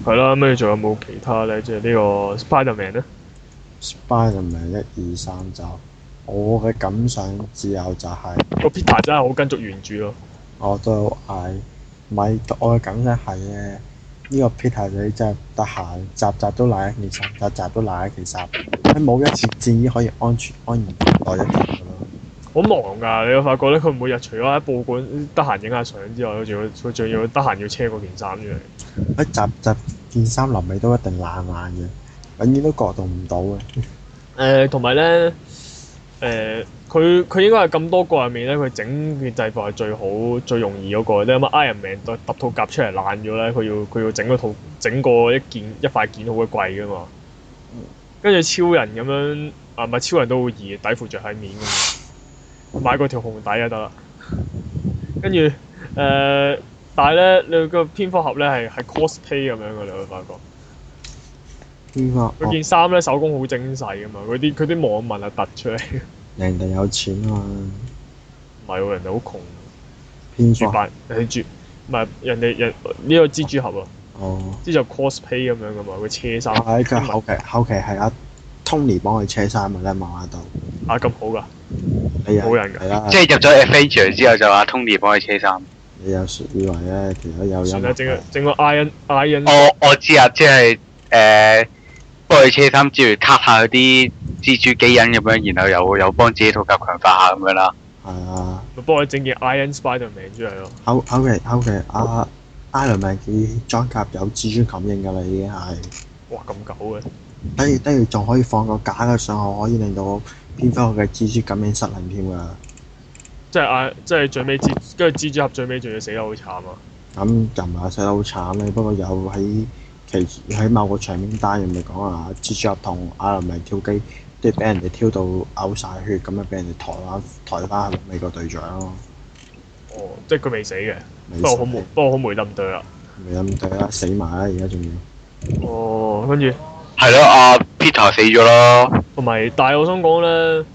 A: 係啦。咁你仲有冇其他咧？即係呢個 Spiderman 咧？
B: Spiderman 一二三集，我嘅感想只有就係、
A: 個 Peter 真係好跟足原著咯。
B: 我都嗌咪，我嘅感想係咧，呢、個 Peter 仔真係得閒，集集都賴一件衫，集集都賴一件衫，佢冇一次戰衣可以安全安然度過一件嘅咯。
A: 好忙㗎，你會發覺咧，佢每日除咗喺報館得閒影下相之外，佢仲要佢仲要得閒要車嗰件衫出嚟。
B: 佢集集件衫臨尾都一定爛爛嘅，永遠都角度唔到嘅。
A: 誒呃同埋咧，誒佢佢應該係咁多個入面咧，佢整嘅制服係最好最容易嗰、個。你諗下啊 Iron Man 揼揼套甲出嚟爛咗咧，佢要佢要整個套整個一件一塊件好鬼貴噶嘛。跟住超人咁樣啊，唔係超人都好易，底褲着喺面㗎嘛，買嗰條紅底就得啦。跟住誒，呃但係咧，你個蝙蝠俠咧係係 cosplay 咁樣嘅，你會發覺。
B: 呢個
A: 佢件衫咧手工好精細噶嘛，佢啲佢啲網民啊突出嚟，
B: 人哋有錢啊嘛，
A: 唔係喎，人哋好窮，
B: 偏
A: 住
B: 方
A: 扮係住，唔係人哋人呢、個蜘蛛俠啊，
B: 哦。
A: 蜘蛛俠 cosplay 咁樣噶嘛，佢車衫啊
B: 係佢後期後期係阿 Tony 幫佢車衫嘅咧，漫畫度。
A: 啊咁好㗎，
B: 你又
A: 冇人㗎
B: 係啦，
C: 即係入咗 Adventure 之後就話 Tony 幫佢車衫。
B: 你又以為咧條友有音
A: 算啦，
B: 樂
A: 整
B: 嘅
A: 個整個 iron iron
C: 我我知啊，即係誒幫佢車衫之餘，卡下嗰啲蜘蛛基因咁樣，然後又又幫自己套甲強化下咁樣啦。
B: 係啊。
A: 咪幫佢整件 iron spiderman 出嚟咯，
B: 後後期後期阿啊 Iron Man 嘅裝甲有蜘蛛感應㗎啦，已經係。
A: 哇咁狗嘅，
B: 跟住跟住仲可以放個假嘅上去，可以令到蝙蝠俠嘅蜘蛛感應失靈添㗎。
A: 即係啊即係最尾蜘跟住蜘蛛俠最尾仲要死得好慘啊，
B: 咁又唔係死得好慘嘅，不過有喺其喺某個場面單入面講啊，蜘蛛俠同 Iron Man 跳機，即係俾人哋挑到嘔晒血，咁樣俾人哋抬翻抬翻去美國隊長咯。
A: 哦，即係佢未死嘅，
B: 美
A: 不哦過好霉不過好霉冧對啦，
B: 咪咁對啊啦，死埋啦，而家仲要。
A: 哦，跟住。
C: 係咯，阿 Peter 死咗咯。
A: 同埋，但係我想講咧，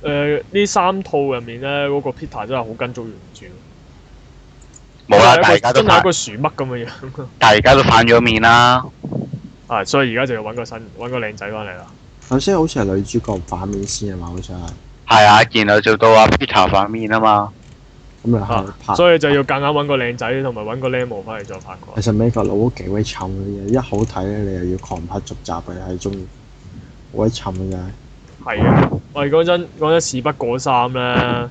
A: 誒、呢三套入面咧，嗰、個 Peter 真係好跟足原著，
C: 冇啦，大
A: 真係一個
C: 家都
A: 真係
C: 反
A: 一，個薯乜咁嘅樣
C: 大家都反咗面啦。
A: 啊！所以而家就要揾個新揾個靚仔翻嚟啦。
B: 頭先好似係女主角反面先啊嘛，好似係。
C: 係啊，然後做到阿 Peter 反面啊嘛。
B: 咁你係
A: 啊
B: 拍？
A: 所以就要夾硬揾個靚仔同埋揾個靚模翻嚟再拍過
B: 其。實美國佬都幾鬼沉嘅嘢，一好睇咧，你又要狂拍續集嘅，係中意好鬼沉嘅。
A: 係啊，我哋講真講真事不過三咧，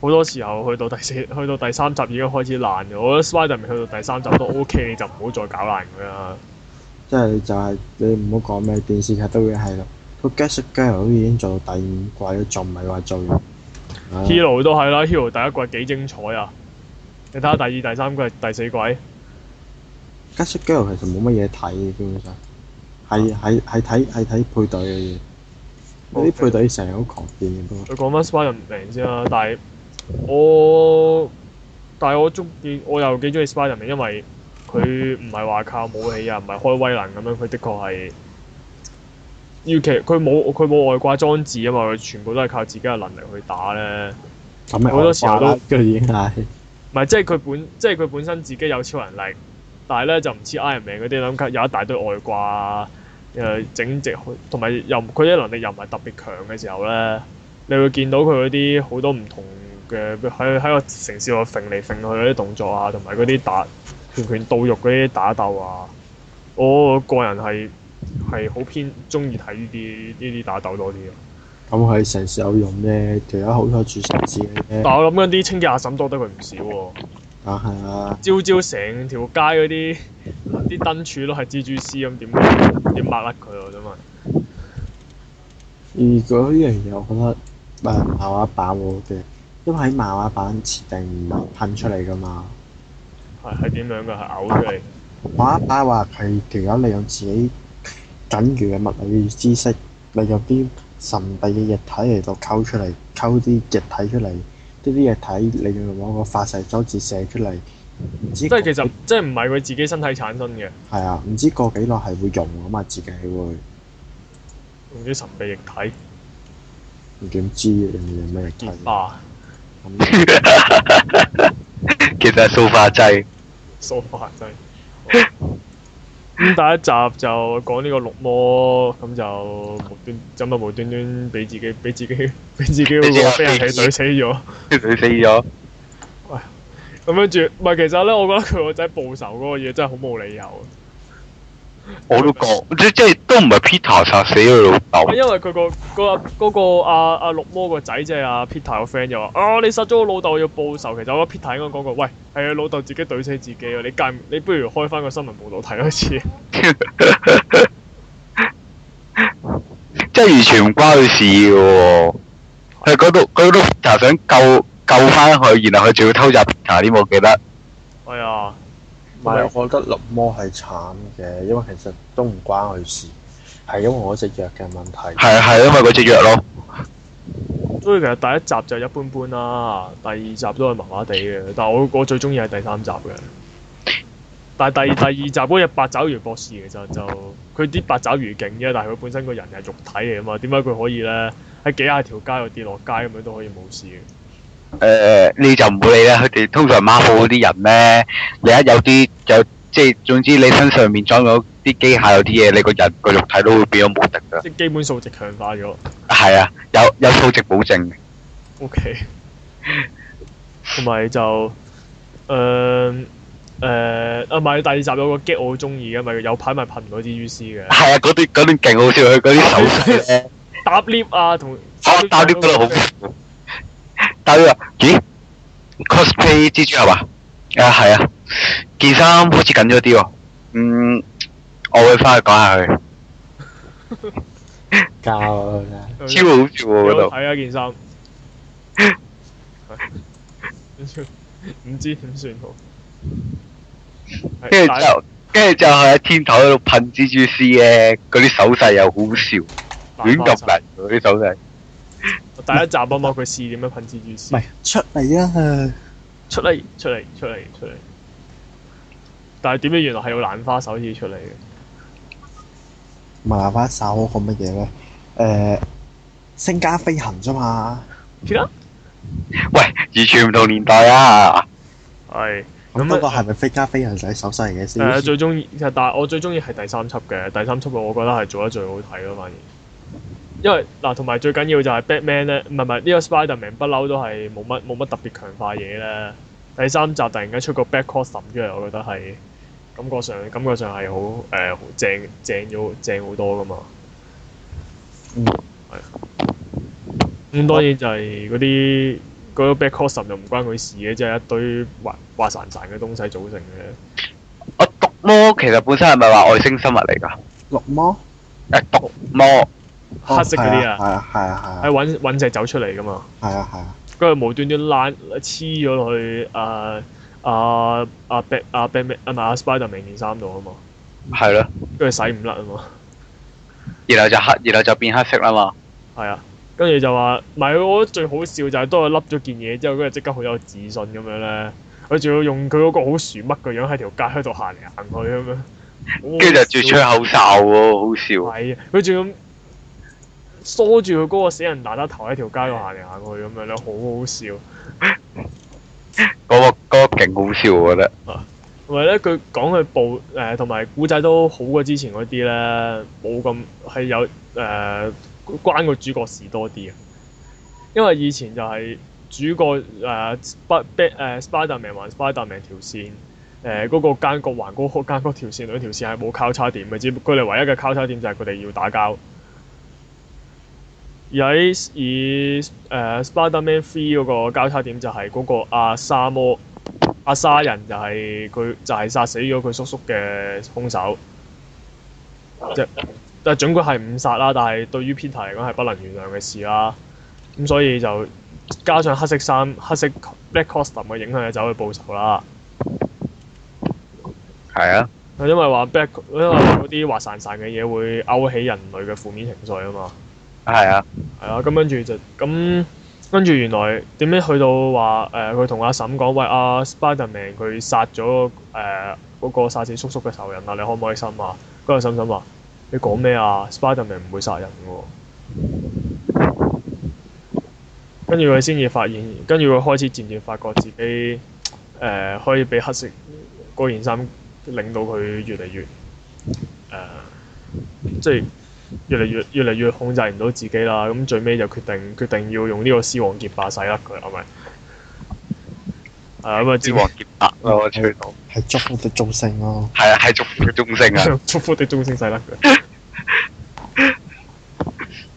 A: 好多時候去到第四去到第三集已經開始爛嘅。我覺得 Spiderman 去到第三集都 OK，你就唔好再搞爛佢啦。
B: 哦即係就係你唔好講咩電視劇都會係咯，個 Gas Girl 都已經做到第五季都仲唔係話做完。唉
A: Hero 都係啦，Hero 第一季幾精彩啊！你睇下第二、第三季、第四季。
B: Gas Girl
A: 啊
B: 其實冇乜嘢睇嘅，基本上係係係睇係睇配對嘅嘢。嗰啲配對成日好狂變嘅噃。
A: 佢講翻 Spiderman 先啦，但係我但係我中意，我又幾中意 Spiderman，因為佢唔係話靠武器啊，唔係開威能咁樣，佢的確係要其佢冇佢冇外掛裝置啊嘛，佢全部都係靠自己嘅能力去打咧。
B: 咁咪
A: 好多時候都
B: 我話啦佢已經係
A: 唔係即係佢本即係佢本身自己有超能力，但係咧就唔似 Iron Man 嗰啲諗有一大堆外掛啊誒、整直，同埋又唔佢啲能力又唔係特別強嘅時候咧，你會見到佢嗰啲好多唔同嘅喺喺個城市度揈嚟揈去嗰啲動作啊，同埋嗰啲打拳拳到肉嗰啲打鬥啊，我個人係係好偏中意睇呢啲呢啲打鬥多啲嘅。
B: 咁佢成時有用啫，條友好多住城市嘅啫。
A: 但我諗緊啲清潔阿嬸多得佢唔少喎、
B: 但係啊，
A: 朝朝成條街嗰啲啲燈柱都係蜘蛛絲咁點點抹甩佢喎，真係。
B: 如果呢樣嘢，我覺得誒漫畫版好嘅，因為喺漫畫版設定唔係噴出嚟噶嘛。
A: 係係點樣㗎？係嘔出嚟。
B: 漫畫版話佢條友利用自己僅餘嘅物理知識，利用啲神秘嘅液體嚟到溝出嚟，溝啲液體出嚟，呢啲液體利用某個發射裝置射出嚟，唔知
A: 即係其實即係唔係佢自己身體產生嘅，
B: 係啊，唔知過幾耐係會溶噶嘛，自己會。
A: 用啲神秘液體
B: 唔點知你用咩睇？
A: 結化
B: 咁
C: 其實係塑化劑。
A: 梳化劑。咁第一集就講呢個綠魔，咁就無端咁啊無端端俾自己俾自己 俾自己嗰個飛行器懟死咗。
C: 佢死咗，
A: 咁跟住唔係其實咧，我覺得佢個仔報仇嗰個嘢真係好冇理由。
C: 我都覺，即即係都唔係 Peter 殺死佢老
A: 喂
C: 豆，
A: 因為佢個嗰個嗰個阿阿綠魔個仔即係阿 Peter 個 friend 就話：啊，你殺咗我老豆要報仇。其實我覺得 Peter 應該講過，喂，係啊，老豆自己懟死自己喎。你介唔你不如開翻個新聞報道睇多次。
C: 即係完全唔關佢事嘅喎。佢嗰度佢嗰度 Peter 想救救翻佢，然後佢仲要偷襲 Peter 添，我記得。
A: 係啊，
B: 唔係，我覺得綠魔係慘嘅，因為其實都唔關佢事，係因為我隻藥嘅問題。
C: 係係因為嗰隻藥咯。
A: 所以其實第一集就一般般啦，第二集都係麻麻地嘅。但係我我最中意係第三集嘅。但係第第二集嗰隻八爪魚博士其實就佢啲八爪魚勁啫，但係佢本身個人係肉體嚟啊嘛，點解佢可以咧喺幾廿條街度跌落街咁樣都可以冇事嘅？
C: 誒、呃你就唔會理啦。佢哋通常 Marvel 嗰啲人咧，你一有啲有即係總之你身上面裝咗啲機械有啲嘢，你個人個肉體都會變咗無敵噶。
A: 即係基本數值強化咗。
C: 係啊，有有數值保證。
A: O K，同埋就誒誒啊，唔係第二集有個 get 我好中意嘅，咪有排咪噴嗰啲 U C 嘅
C: 係啊，嗰段嗰段勁好笑，佢嗰啲手勢咧，
A: 搭 lift 啊，同
C: 啊 打啲嗰度好，打啲話咦，cosplay 蜘蛛俠啊？啊係啊，件衫好似緊咗啲喎。嗯，我會翻去講下佢，
B: 教啦，
C: 超好笑喎嗰
A: 有
C: 度。
A: 睇啊件衫， 唔知點算好。
C: 跟住就跟住就喺天台嗰度噴蜘蛛絲咧，嗰啲手勢又好笑，亂咁嚟嗰啲手勢。
A: 第一集啊嘛，佢試點樣噴蜘蛛絲
B: 唔。係出嚟啊！
A: 出嚟出嚟出嚟出嚟，但係點解原來係要蘭花手先出嚟嘅？
B: 麻花手講乜嘢咧？誒、星加飛行啫嘛。
A: 天啊！
C: 喂，完全唔同年代啊！
A: 係咁
B: 咁
A: 啊
B: 不過係咪飛加飛行使手勢嚟嘅先？
A: 誒最中意，其實但係我最中意係第三輯嘅，第三輯我覺得係做得最好睇咯，反而。因為嗱，同埋最緊要就係 Batman 咧，唔係唔係呢個 Spiderman 不嬲都係冇乜冇乜特別強化嘢咧。第三集突然間出個 Black Costume 出嚟，我覺得係感覺上感覺上係好誒好正正咗正好多噶嘛。
B: 嗯
A: 咁當然就係嗰啲嗰個 back costume 就唔關佢事嘅，即係一堆滑滑潺潺嘅東西組成嘅。
C: 我毒魔其實本身係咪話外星生物嚟㗎？
B: 綠魔
C: 誒，毒魔
A: 黑色嗰啲
B: 係
A: 啊，
B: 啊係啊
A: 係
B: 係啊
A: 揾揾隻走出嚟噶嘛，
B: 係啊係啊！
A: 跟住無端端躝黐咗落去啊啊啊 Bat 啊 Batman 啊唔係啊 Spiderman 件衫度啊嘛，
C: 係咯，
A: 跟住洗唔甩啊嘛，
C: 然後就黑，然後就變黑色啦嘛。
A: 係啊，跟住就話，唔係我覺得最好笑就係當佢笠咗件嘢之後，跟住即刻好有自信咁樣咧，佢仲要用佢嗰個好薯乜嘅樣喺條街喺度行嚟行去咁樣，
C: 跟住就仲要吹口哨喎，好笑。
A: 係啊，佢仲要梳住佢嗰個死人大得頭喺條街度行嚟行去咁樣咧，好好笑。
C: 嗰個嗰個勁好笑，我覺得。
A: 同埋咧，佢講佢報誒同埋古仔都好過之前嗰啲咧，冇咁係有誒、呃、關個主角事多啲嘅。因為以前就係主角誒 Sp 誒 Spiderman 還 Spiderman 條線，誒、嗰、個奸角還嗰個奸角條線兩條線係冇交叉點嘅，只佢哋唯一嘅交叉點就係佢哋要打交。而喺以誒、呃 Spiderman Three 嗰個交叉點就係嗰個阿沙摩。阿沙人就係佢就係、殺死咗佢叔叔嘅兇手，即但係儘管係誤殺啦，但係對於 Peter 嚟講係不能原諒嘅事啦。咁所以就加上黑色衫、黑色 Black Costume 嘅影響，就走去報仇啦。
C: 係啊，
A: 因為話 Black 因為話嗰啲滑潺潺嘅嘢會勾起人類嘅負面情緒啊嘛。
C: 係啊，
A: 係啊，咁跟住就咁，跟住原來點樣去到話誒，佢同阿嬸講，喂，阿、Spiderman 佢殺咗誒嗰個殺死叔叔嘅仇人啊，你開唔開心啊？跟住嬸嬸話：你講咩啊？Spiderman 唔會殺人嘅喎。跟住佢先至發現，跟住佢開始漸漸發覺自己誒、可以俾黑色嗰件衫令到佢越嚟越誒、即係越嚟越越嚟越控制唔到自己啦，咁最尾就決定決定要用呢個絲黃劍霸洗甩佢，係咪？係啊咁啊，
C: 之
A: 之
C: 王劫白咯，我吹到。
B: 係祝福的眾星咯。
C: 係啊，係祝福嘅鐘聲啊！
A: 祝福的中星洗甩佢，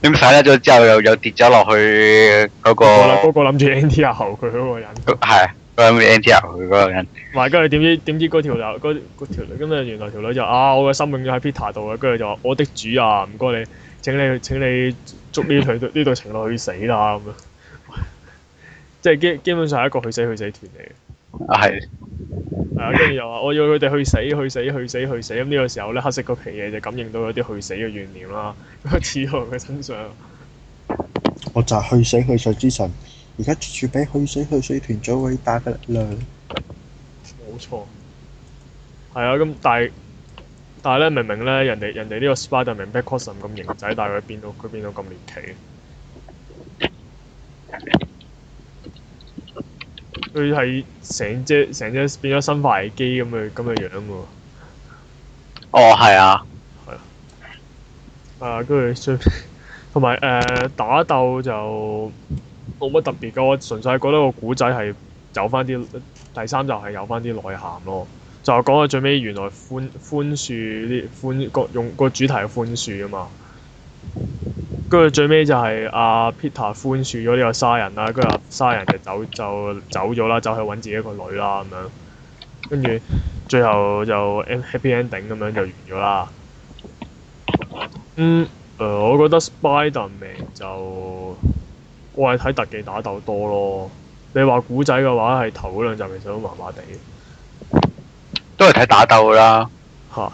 C: 咁洗甩咗之後，又又跌咗落去嗰個
A: 嗰個嗰個諗住 NTR 後佢嗰個人，
C: 係嗰個 NTR 佢嗰個人。
A: 唔係跟住點知點知嗰條友嗰嗰條女，咁啊原來條女就啊我嘅生命咗喺 Peter 度啦，啊跟住就話我的主啊，唔該你，請你請你捉呢對 呢對情侶去死啦咁樣， 即係基基本上係一個去死去死團嚟嘅。
C: 啊，係
A: 係啊，跟住又話我要佢哋去死、去死、去死、去死。咁呢個時候咧，黑色嗰皮嘢就感應到有啲去死嘅怨念啦， 咁刺到佢身上。
B: 我就係去死去水之神，而家絕住俾去死去水團最偉大嘅力量。
A: 冇錯。係啊，咁但係但係咧，明明咧人哋人哋呢個 Spiderman Black Costume 咁型仔，但係佢變到佢變到咁獵奇。佢係成隻成隻變咗生化危機咁嘅咁嘅樣喎。
C: 哦，係啊，
A: 啊，跟住最同埋誒打鬥就冇乜特別嘅，我純粹係覺得個古仔係有翻啲第三集係有翻啲內涵咯。就係講到最尾，原來寬寬恕啲寬個用個主題係寬恕啊嘛。跟住最尾就係阿、Peter 寬恕咗呢個沙人啦，跟住阿沙人就走就走咗啦，走去揾自己個女啦咁樣。跟住最後就 end- happy ending 咁樣就完咗啦。嗯，誒、我覺得 Spiderman 就呃我係睇特技打鬥多咯。你話古仔嘅話，係頭嗰兩集其實都麻麻地
C: 都係睇打鬥啦。
A: 嚇。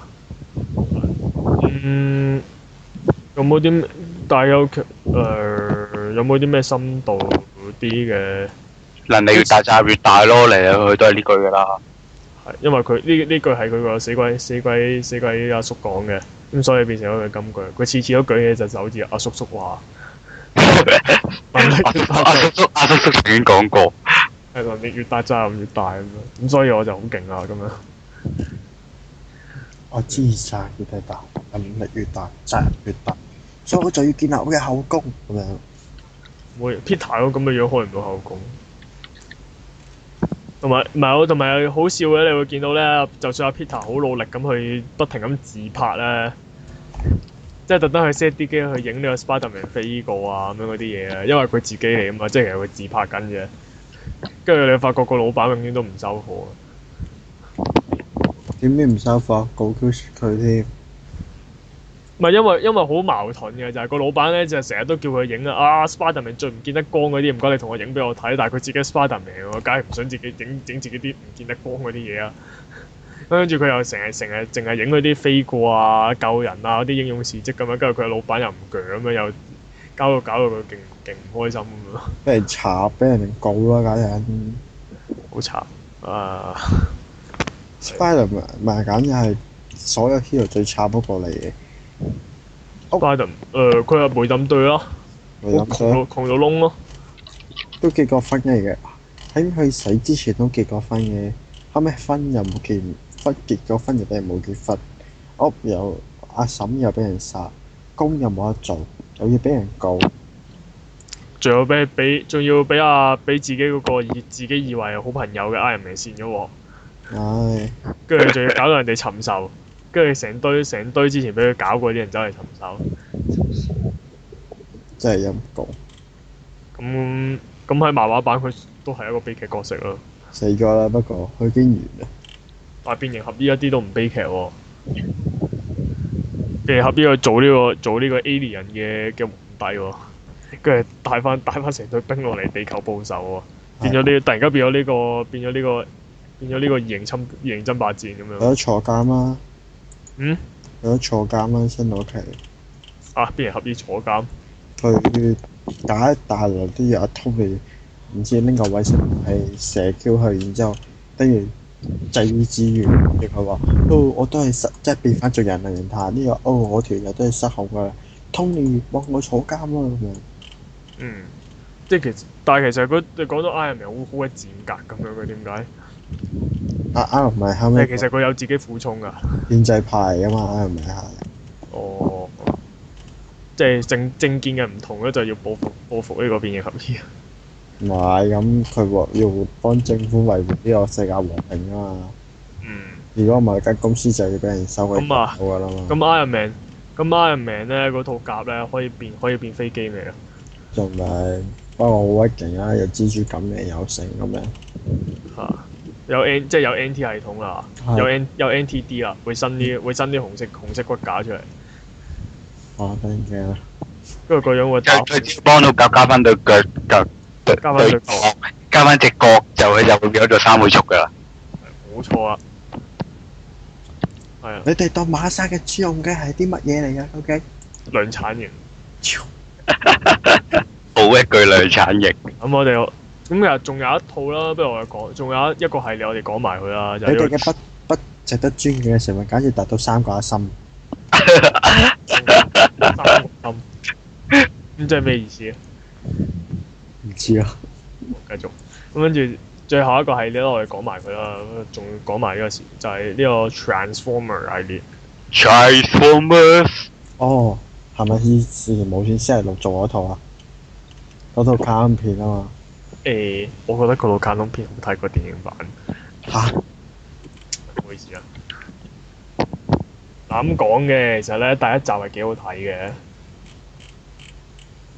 A: 嗯，有冇啲咩但係有誒、呃有冇啲咩深度啲嘅？
C: 能力越大就係越大咯，嚟嚟去去都係呢句 噶啦。
A: 係因為佢呢呢句係佢個死鬼死鬼死鬼阿叔講嘅，咁所以變成咗佢金句。佢次次都舉起隻手指，阿叔叔話。能力
C: 阿
A: 越
C: 叔
A: 大
C: 阿叔叔阿叔叔曾經講過，
A: 啊係能力越大責任越大咁樣，咁所以我就好勁啊啦咁樣。
B: 我知晒越大，能力越大，責任越大，所以我就要建立我嘅後宮咁樣。
A: 會 Peter 咁嘅樣開唔到後宮。同埋唔係我同埋好笑嘅，你會見到咧，就算阿 Peter 好努力咁去不停咁自拍咧，即係特登去 set 啲機去影呢個 Spiderman 飛過啊咁樣嗰啲嘢啊，因為佢自己嚟啊嘛，即係其實佢自拍緊嘅。跟住你會發覺個老闆永遠都唔收貨。
B: 點知唔收貨，告 Q 佢添。
A: 唔係因為因為好矛盾嘅，就係、個老闆咧就成日都叫佢影啊，啊 Spiderman 最唔見得光嗰啲，唔該你同我影俾我睇，但係佢自己 Spiderman 喎，梗係唔想自己影影自己啲唔見得光嗰啲嘢啊。跟住佢又成日成日淨係影嗰啲飛過啊、救人啊嗰啲英勇事蹟咁樣，跟住佢老闆又唔鋸咁樣，又搞到搞到佢勁勁唔開心咁樣，
B: 俾人查，俾人告啦，簡單。
A: 好慘啊！
B: Spiderman 唔係簡直係所有 hero 最慘嗰個嚟嘅。
A: Biden 誒呃佢係梅冧隊咯，窮
B: 我諗想
A: 到窮到窿咯，
B: 都結過婚嘅，喺佢死之前都結過婚嘅，後尾婚又冇結唔婚，結咗婚又俾人冇結婚，屋又阿嬸又俾人殺，工又冇得做，又要俾人告，
A: 仲要俾俾仲要俾阿俾自己嗰個以自己以為係好朋友嘅 Iron Man 跣咗喎，
B: 唉，
A: 跟住仲要搞到人哋尋仇，跟住成堆成堆之前俾佢搞過啲人走嚟尋仇，
B: 真係陰公，
A: 咁咁喺漫畫版佢都係一個悲劇角色咯，
B: 死咗啦。不過佢已經完
A: 嗯
B: 啦，
A: 但係變形俠醫一啲都唔悲劇喎。變形俠醫佢做呢、個做呢個 alien 嘅嘅皇帝喎，跟住帶翻帶翻成隊兵落嚟地球報仇喎。變咗呢、突然間變咗呢、個變咗呢、個變咗呢個異形侵異形爭霸戰咁
B: 有
A: 樣。
B: 得坐監啦，
A: 嗯？
B: 有得坐監啦，新老期。
A: 啊！變形俠醫坐監，
B: 佢打一大輪都有一通你唔知拎個位食係射 Q 佢，然之後跟住制止完，跟住佢話：哦，我都係失，即係變翻做人類形態呢、個哦，我條友都係失控噶啦。Tony 幫我坐監啦咁樣，
A: 嗯，即係其實，但係其實佢你講到 Iron Man 好好嘅賤格咁樣嘅，點解？
B: 阿阿唔係啊後
A: 即
B: 尾
A: 係其實佢有自己苦衷㗎。
B: 建制派嚟噶嘛，阿唔係係
A: 哦，即係政政見嘅唔同咧，就要報復報復呢個變形俠醫。
B: 唔係咁佢話要幫政府維護呢個世界和平啊嘛。
A: 嗯，
B: 如果唔係間公司就要俾人收佢
A: 咁啊
B: 走噶啦嘛
A: 咁，Iron Man，咁 Iron Man 咧嗰套甲咧可以變可以變飛機未啊？
B: 仲咪不過好鬼勁啊，有蜘蛛感嘅有成咁樣。
A: 嚇！啊有 N 即係有 NT 系統啦，
B: 係
A: 有 N 有 NTD 啦，會新啲會新啲紅色紅色骨架出嚟，
B: 啊，得人驚啦！
A: 跟住個樣會打
C: 佢佢只要幫到夾加翻對腳就對
A: 加返對
C: 對角，加翻只角就佢就會變咗做三倍速噶啦。
A: 冇錯啊！係啊，
B: 你哋當馬沙嘅豬用雞係啲乜嘢嚟㗎？究竟？
A: 量產型。
C: 好一句量產型，
A: 咁我哋咁其實仲有一套啦，不如我哋講，仲有一個系列我哋講埋佢啦，就
B: 你
A: 係
B: 哋
A: 呢個
B: 嘅不不值得尊敬嘅成分，簡直達到三個一心。
A: 三國心。咁即係咩意思啊？
B: 唔知啊，
A: 繼續。咁跟住最後一個系列啦，我哋講埋佢啦，咁仲要講埋呢個事，就係、呢個 Transformer 系列。
C: Transformers
B: 哦，係
A: 嗯
B: 咪以前無線星期六做嗰套啊？嗰套卡通片啊嘛。
A: 誒、我覺得佢老卡通片好睇過電影版，
B: 吓？
A: 唔好意思啊。嗱咁講嘅，其實咧第一集係幾好睇嘅，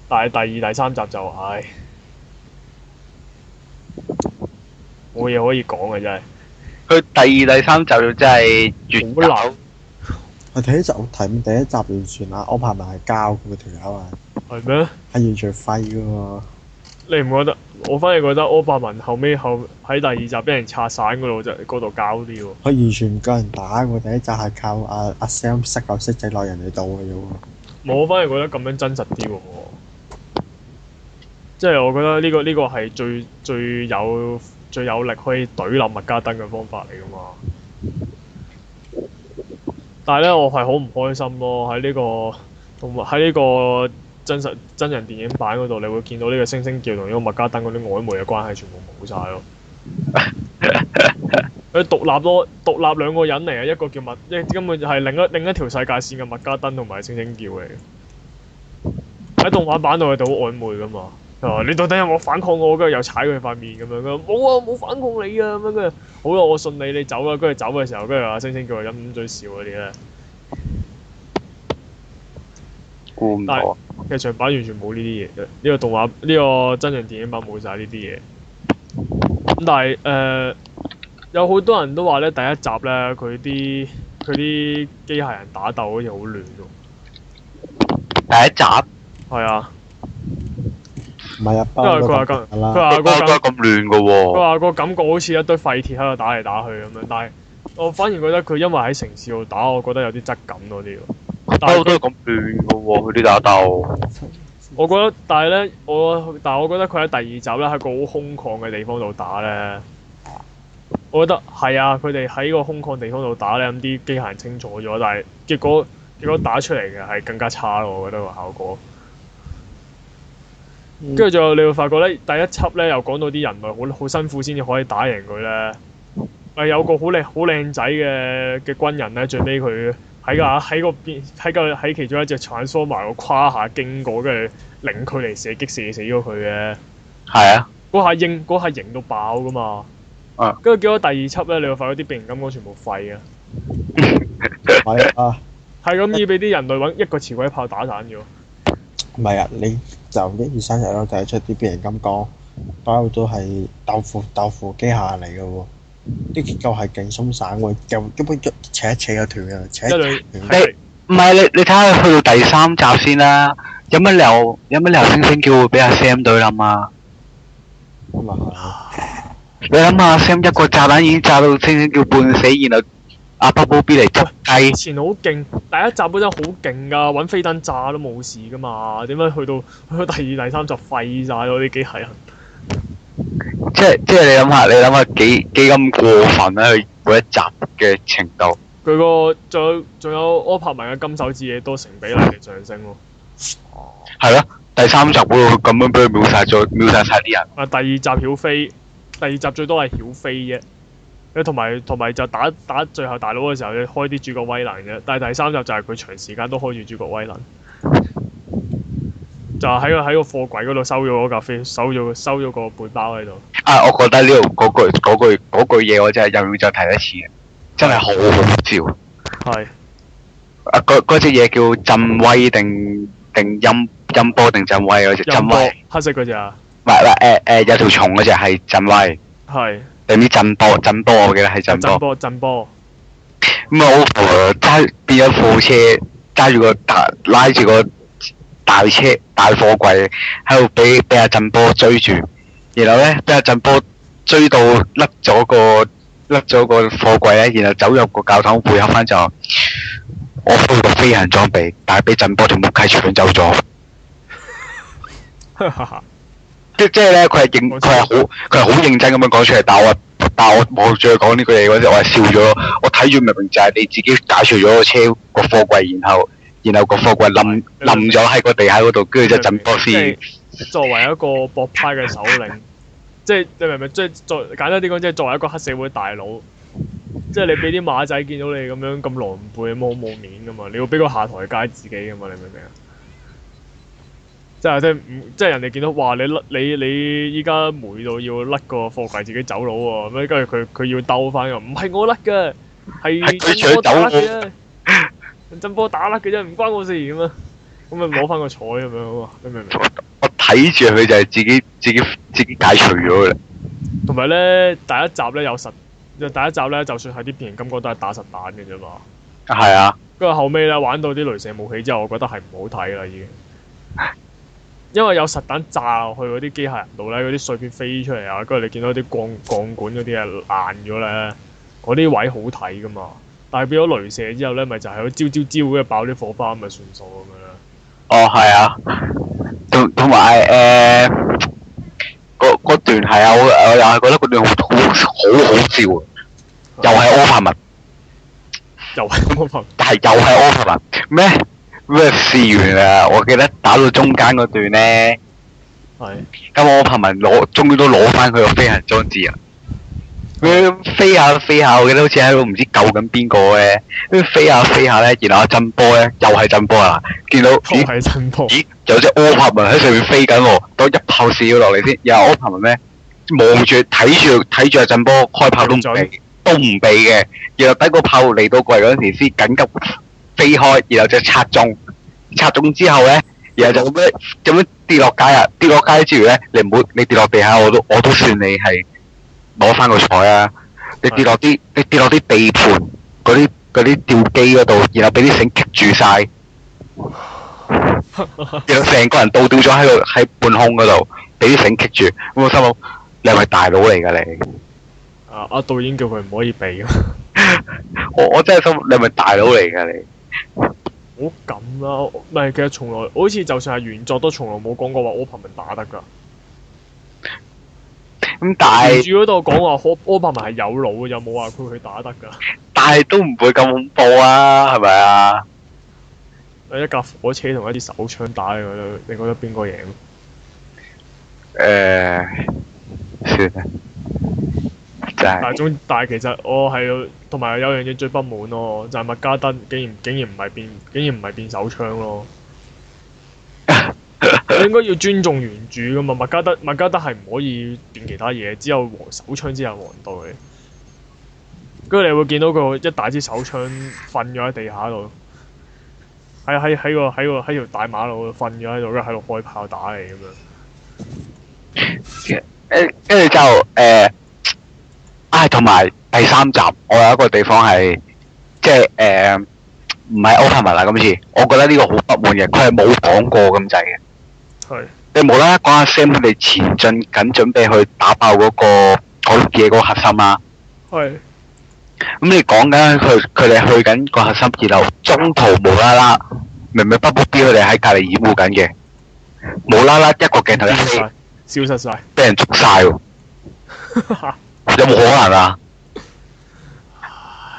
A: 但係第二、第三集就唉，冇嘢可以講嘅真係。
C: 佢第二、第三集就真係越
A: 好難
C: 搞
B: 佢第一集我睇第一集完全啊，安排埋交嘅條友啊，
A: 係咩？
B: 係完全廢嘅喎。
A: 你唔覺得？我反而覺得柯伯文後尾後喺第二集俾人拆散嗰度就嗰度交啲喎。
B: 佢完全唔夠人打喎，第一集係靠阿阿 Sam 塞嚿色仔落人哋度嘅啫喎。
A: 冇我反而覺得咁樣真實啲喎。即係我覺得呢、個呢、個係最最有最有力可以懟冧麥加登嘅方法嚟㗎嘛。但係咧，我係好唔開心咯。喺呢、個同埋喺呢個真實真人電影版嗰度，你會見到呢個星星叫同呢個麥加登嗰啲曖昧嘅關係全部冇晒咯。佢獨立咯，獨立兩個人嚟啊嘅，一個叫麥，一根本就係另一另一條世界線嘅麥加登同埋星星叫嚟嘅。喺動畫版度佢哋好曖昧噶嘛，佢話你到底有冇反抗我？跟住又踩佢塊面咁樣，佢話冇啊，冇反抗你啊咁樣，跟住好啦，我信你，你走啦。跟住走嘅時候，跟住阿星星叫佢飲飲醉笑嗰啲咧，
C: 估唔到。
A: 劇場版完全冇呢啲嘢嘅，呢、個動畫呢、個真人電影版冇晒呢啲嘢。咁但係誒、呃有好多人都話咧，第一集咧佢啲佢啲機械人打鬥好似好亂喎。
C: 第一集
A: 係啊，
B: 唔係啊，不
A: 因為
B: 嬲
A: 佢
B: 都
A: 話
B: 咁
A: 咁，
B: 㗎啦
A: 佢。話
C: 都
A: 個
C: 係
A: 感
C: 咁亂嘅
A: 佢
C: 喎，
A: 話個感覺好似一堆廢鐵喺度打嚟打去咁樣，但係我反而覺得佢因為喺城市度打，我覺得有啲質感多啲喎。
C: 不嬲都係咁亂嘅喎，佢啲打鬥。
A: 我覺得，但係咧，我但係我覺得佢喺第二集咧喺個好空曠嘅地方度打咧，我覺得係啊，佢哋喺個空曠地方度打咧，咁啲機械人清楚咗，但係結果結果打出嚟嘅係更加差咯，我覺得個效果。跟住仲有你會發覺咧，第一輯咧又講到啲人類好好辛苦先至可以打贏佢咧。咪有個好靚好靚仔嘅嘅軍人咧，最尾佢喺架喺個邊喺個喺其中一隻 transformer 個跨下經過，跟住零距離射擊射死咗佢嘅。
C: 係啊，
A: 嗰下應嗰下型到爆噶嘛。
C: 啊
A: 跟住結果第二輯咧，你會發覺啲變形金剛全部廢啊，
B: 唔係啊，
A: 係咁要俾啲人類揾一個磁軌炮打散咗。
B: 唔係啊，你就一二三日咯，睇得出啲變形金剛包都係豆腐豆腐機械嚟嘅喎，啲結構係勁鬆散喎，又根本一扯一扯就斷嘅，扯
A: 一類
B: 一斷
C: 係唔係你你睇下去到第三集先啦，有乜理由有乜理由星星叫會俾阿 Sam 隊冧啊？
B: 咁啊
C: 你諗下 Sam 一個炸彈已經炸到星星叫半死，然後阿 Bubble B 嚟執雞
A: 以。前好勁，第一集嗰陣好勁噶，揾飛彈炸都冇事噶嘛。點解去到 去到第二、第三集廢晒咯啲機械人？
C: 即係即係你諗下，你諗下幾幾咁過分咧、佢每一集嘅程度，
A: 佢個仲有仲有柯柏文嘅金手指嘢多成比例嘅上升咯。
C: 係咯。第三集會咁樣俾佢秒殺咗，秒殺晒啲人。
A: 啊，第二集曉飛，第二集最多係曉飛啫。佢同埋同埋就打打最後大佬嘅時候，你開啲主角威能啫。但係第三集就係佢長時間都開住主角威能，就係喺個喺個貨櫃嗰度收咗嗰架飛，收咗收咗個背包喺度。
C: 啊，我覺得呢度嗰句嗰句嗰句嘢，我真係又要再提一次嘅，真係好好笑。
A: 係
C: 啊，嗰嗰隻嘢叫震威定定音音波定震威嗰隻震
A: 音
C: 威，
A: 波
C: 唔
A: 黑色嗰只啊，
C: 係唔係誒誒有條蟲嗰隻係震威，
A: 係
C: 定唔知震波震波，我記得係震波
A: 震。波震波。
C: 咁啊，我扶揸變咗貨車，揸住個大拉住個大車大貨櫃喺度俾俾阿振波追住，然後咧俾阿振波追到甩咗個甩咗個貨櫃咧，然後走入個教堂配合翻就話我配個飛行裝備，但係俾振波同木契搶走咗。即即係咧，佢係認佢係好佢係好認真咁樣講出嚟，但係我但係我望住佢講呢句嘢嗰陣，我係笑咗咯。我睇住明明就係你自己解除咗個車個貨櫃，然後然後個貨櫃冧冧咗喺個地下嗰度，跟住就震波
A: 即
C: 先
A: 係。作為一個博派嘅首領，即係你明唔明？即係作簡單啲講，即係作為一個黑社會大佬，即係你俾啲馬仔見到你咁樣咁狼狽，咁好冇面噶嘛？你要俾個下台階自己噶嘛？你明唔明啊？即係即係唔即係人哋見到哇！你甩你你依家霉到要甩個貨櫃自己走佬喎，咁跟住佢佢要兜翻又唔係我甩嘅，
C: 係佢
A: 係
C: 搶
A: 真波打甩
C: 走
A: 嘅啫，真波打甩嘅啫，唔關我事咁啊！咁咪攞翻個彩咁樣啊！你明唔 明？
C: 我睇住佢就係自己自己自己解除咗佢啦。
A: 同埋咧，第一集咧有實，第一集咧就算係啲變形金剛都係打實彈嘅啫嘛。
C: 係啊，
A: 跟住後尾咧玩到啲雷射武器之後，我覺得係唔好睇啦已經。因為有實彈炸落去嗰啲機械人度咧，嗰啲碎片飛出嚟啊，跟住你見到啲鋼鋼管嗰啲啊爛咗咧，嗰啲位好睇噶嘛。但係變咗雷射之後咧，咪就係嗰招招招跟住爆啲火花咁咪算數咁樣啦。
C: 哦係啊，同同埋誒嗰嗰段係啊，我我又係覺得嗰段好好好好笑啊，又係柯柏文。
A: 又係冇辦法
C: 但係又係 o f f e r 咩咩試完啊！我記得打到中間嗰段咧，
A: 係
C: 咁 o f f e r 攞終於都攞翻佢個飛行裝置啊！佢飛下飛下，我記得好似喺度唔知救緊邊個咧，跟住飛下飛下咧，然後阿震波咧又係震波啦，見到
A: 都
C: 咦
A: 係真波。
C: 咦有隻 o f f e r 喺上面飛緊喎，當一炮射咗落嚟先，然後 o f f e r 咧望住睇住睇住阿震波開炮都唔
A: 準
C: 避，都唔避嘅，然後等個炮嚟到過嚟嗰陣時先緊急飛開，然後就擦中，擦中之後咧，然後就咁樣咁樣跌落街啊，跌落街之餘咧，你唔好你跌落地下，我都我都算你係攞翻個彩啊！你跌落啲你跌落啲地盤嗰啲嗰啲吊機嗰度，然後俾啲繩棘住晒。 然後成個人倒吊咗喺度喺半空嗰度，俾啲繩棘住。咁我心諗你係咪大佬嚟㗎你？
A: 啊！阿導演叫佢唔可以避啊。
C: 我我真係心諗你係咪大佬嚟㗎你？
A: 唔好咁啦，我唔係其實從來，我好似就算係原作都從來冇講過話 Open 打得㗎。
C: 咁但
A: 原
C: 係
A: 著嗰度講話 O- Open 係有腦嘅，又冇話佢佢打得㗎。
C: 但係都唔會咁恐怖啊，係咪啊？
A: 一架火車同一支手槍打，你覺得你覺得邊個贏？
C: 誒、算啦，就
A: 但係
C: 係、
A: 總但係其實我係同埋有樣嘢最不滿咯，就係、麥加登竟然竟然唔係變竟然唔係變手槍咯。你應該要尊重原著噶嘛，麥加德麥加德係唔可以變其他嘢，只有黃手槍先係王道嚟。跟住你會見到佢一大支手槍瞓咗喺地下度，喺喺喺個喺個喺條大馬路度瞓咗喺度，跟住喺度開炮打你咁樣。
C: 誒跟住就誒、啊，同埋第三集我有一個地方係即係誒唔係 open 文啦，今次我覺得呢個好不滿嘅，佢係冇講過咁滯嘅。
A: 係
C: 你無啦啦講阿 Sam 佢哋前進緊，準備去打爆嗰、個嗰碌嘢嗰個核心啊啦。
A: 係
C: 咁你講緊佢佢哋去緊個核心，然後中途無啦啦，明明北部 B 佢哋喺隔離掩護緊嘅，無啦啦一個鏡頭一
A: 消失
C: 飛
A: 晒，消失晒。
C: 俾人捉晒喎，有冇可能啊？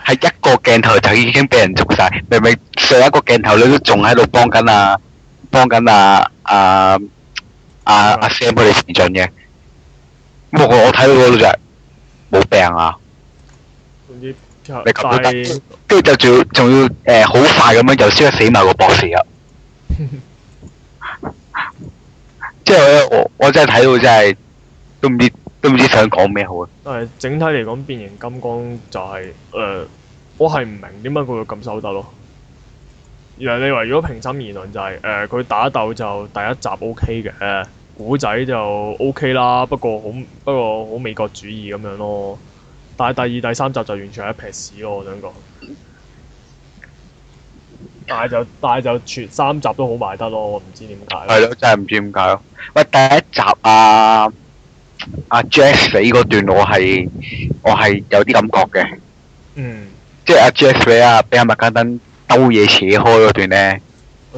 C: 係一個鏡頭就已經俾人捉晒，明明上一個鏡頭你都仲喺度幫緊啊幫緊啊啊啊阿 Sam 佢哋前進嘅，咁我我睇到嗰度就係冇病啊！
A: 總之，其
C: 你
A: 實
C: 咁都
A: 但
C: 得
A: 係。
C: 跟住就仲要仲要誒好、快咁樣就消失死埋個博士啦。即係咧，我我真係睇到真係都唔知都唔知想講咩好啊！
A: 但係整體嚟講，變形金剛就係、呃我係唔明點解佢會咁收得咯。而係你話如果平心而論就係、呃佢、打鬥就第一集 O K 嘅，呃古仔就 O K 啦，不過好不過好美國主義咁樣咯。但係第二、第三集就完全係一撇屎咯，我想講。
C: 嗯
A: 但係就但係就全三集都好賣得咯，我唔知點解。
C: 係咯，真係唔知點解咯。喂，第一集啊阿 Jess 死嗰段我係我係有啲感覺嘅，
A: 嗯。
C: 即係阿 Jess 俾啊俾阿麥嘉登兜嘢扯開嗰段咧，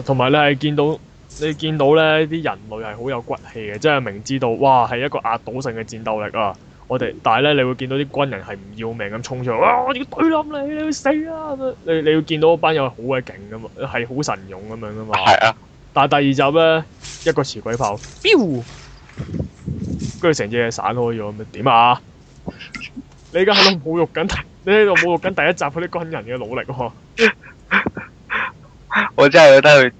A: 同埋你係見到你見到咧啲人類係好有骨氣嘅，即係明知道哇係一個壓倒性嘅戰鬥力啊！我哋但係咧，你會見到啲軍人係唔要命咁衝出去，哇！我要對冧你，你會死啊！咁樣你你要見到嗰班友係好鬼勁噶嘛，係好神勇咁樣噶嘛。
C: 係啊，
A: 但係第二集咧，一個持鬼炮，飆，跟住成隻嘢散開咗，咁點啊？你而家喺度侮辱緊，你喺度侮辱緊第一集嗰啲軍人嘅努力喎、
C: 我真係覺得佢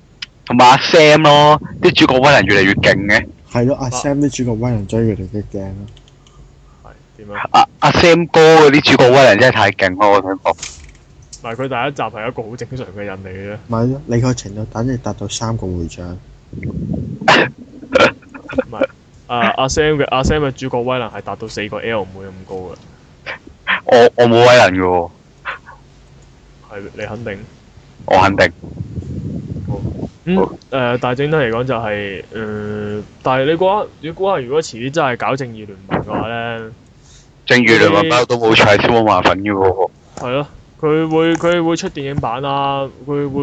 C: 同埋阿 Sam 咯，啲主角威能越嚟越勁嘅。
B: 係咯，阿
A: 啊
B: Sam 啲主角威人追佢哋嘅鏡咯，
A: 係點樣？
C: 阿啊阿 Sam 哥嗰啲主角威能真係太勁咯，我想講。
A: 唔係佢第一集係一個好正常嘅人嚟嘅啫。
B: 咪咯，你個程度等你達到三個會長，
A: 啊阿 Sam 嘅阿 Sam 嘅主角威能係達到四個 L 唔會咁高嘅，
C: 我我冇威能嘅喎，
A: 係你肯定。
C: 我肯定。
A: 嗯
C: 好
A: 誒、但係整體嚟講就係、呃但係你估下，你估下如果遲啲真係搞正義聯盟嘅話咧，
C: 正如梁文包都冇唱超麻煩嘅喎，
A: 係咯，佢會佢會出電影版啦，佢會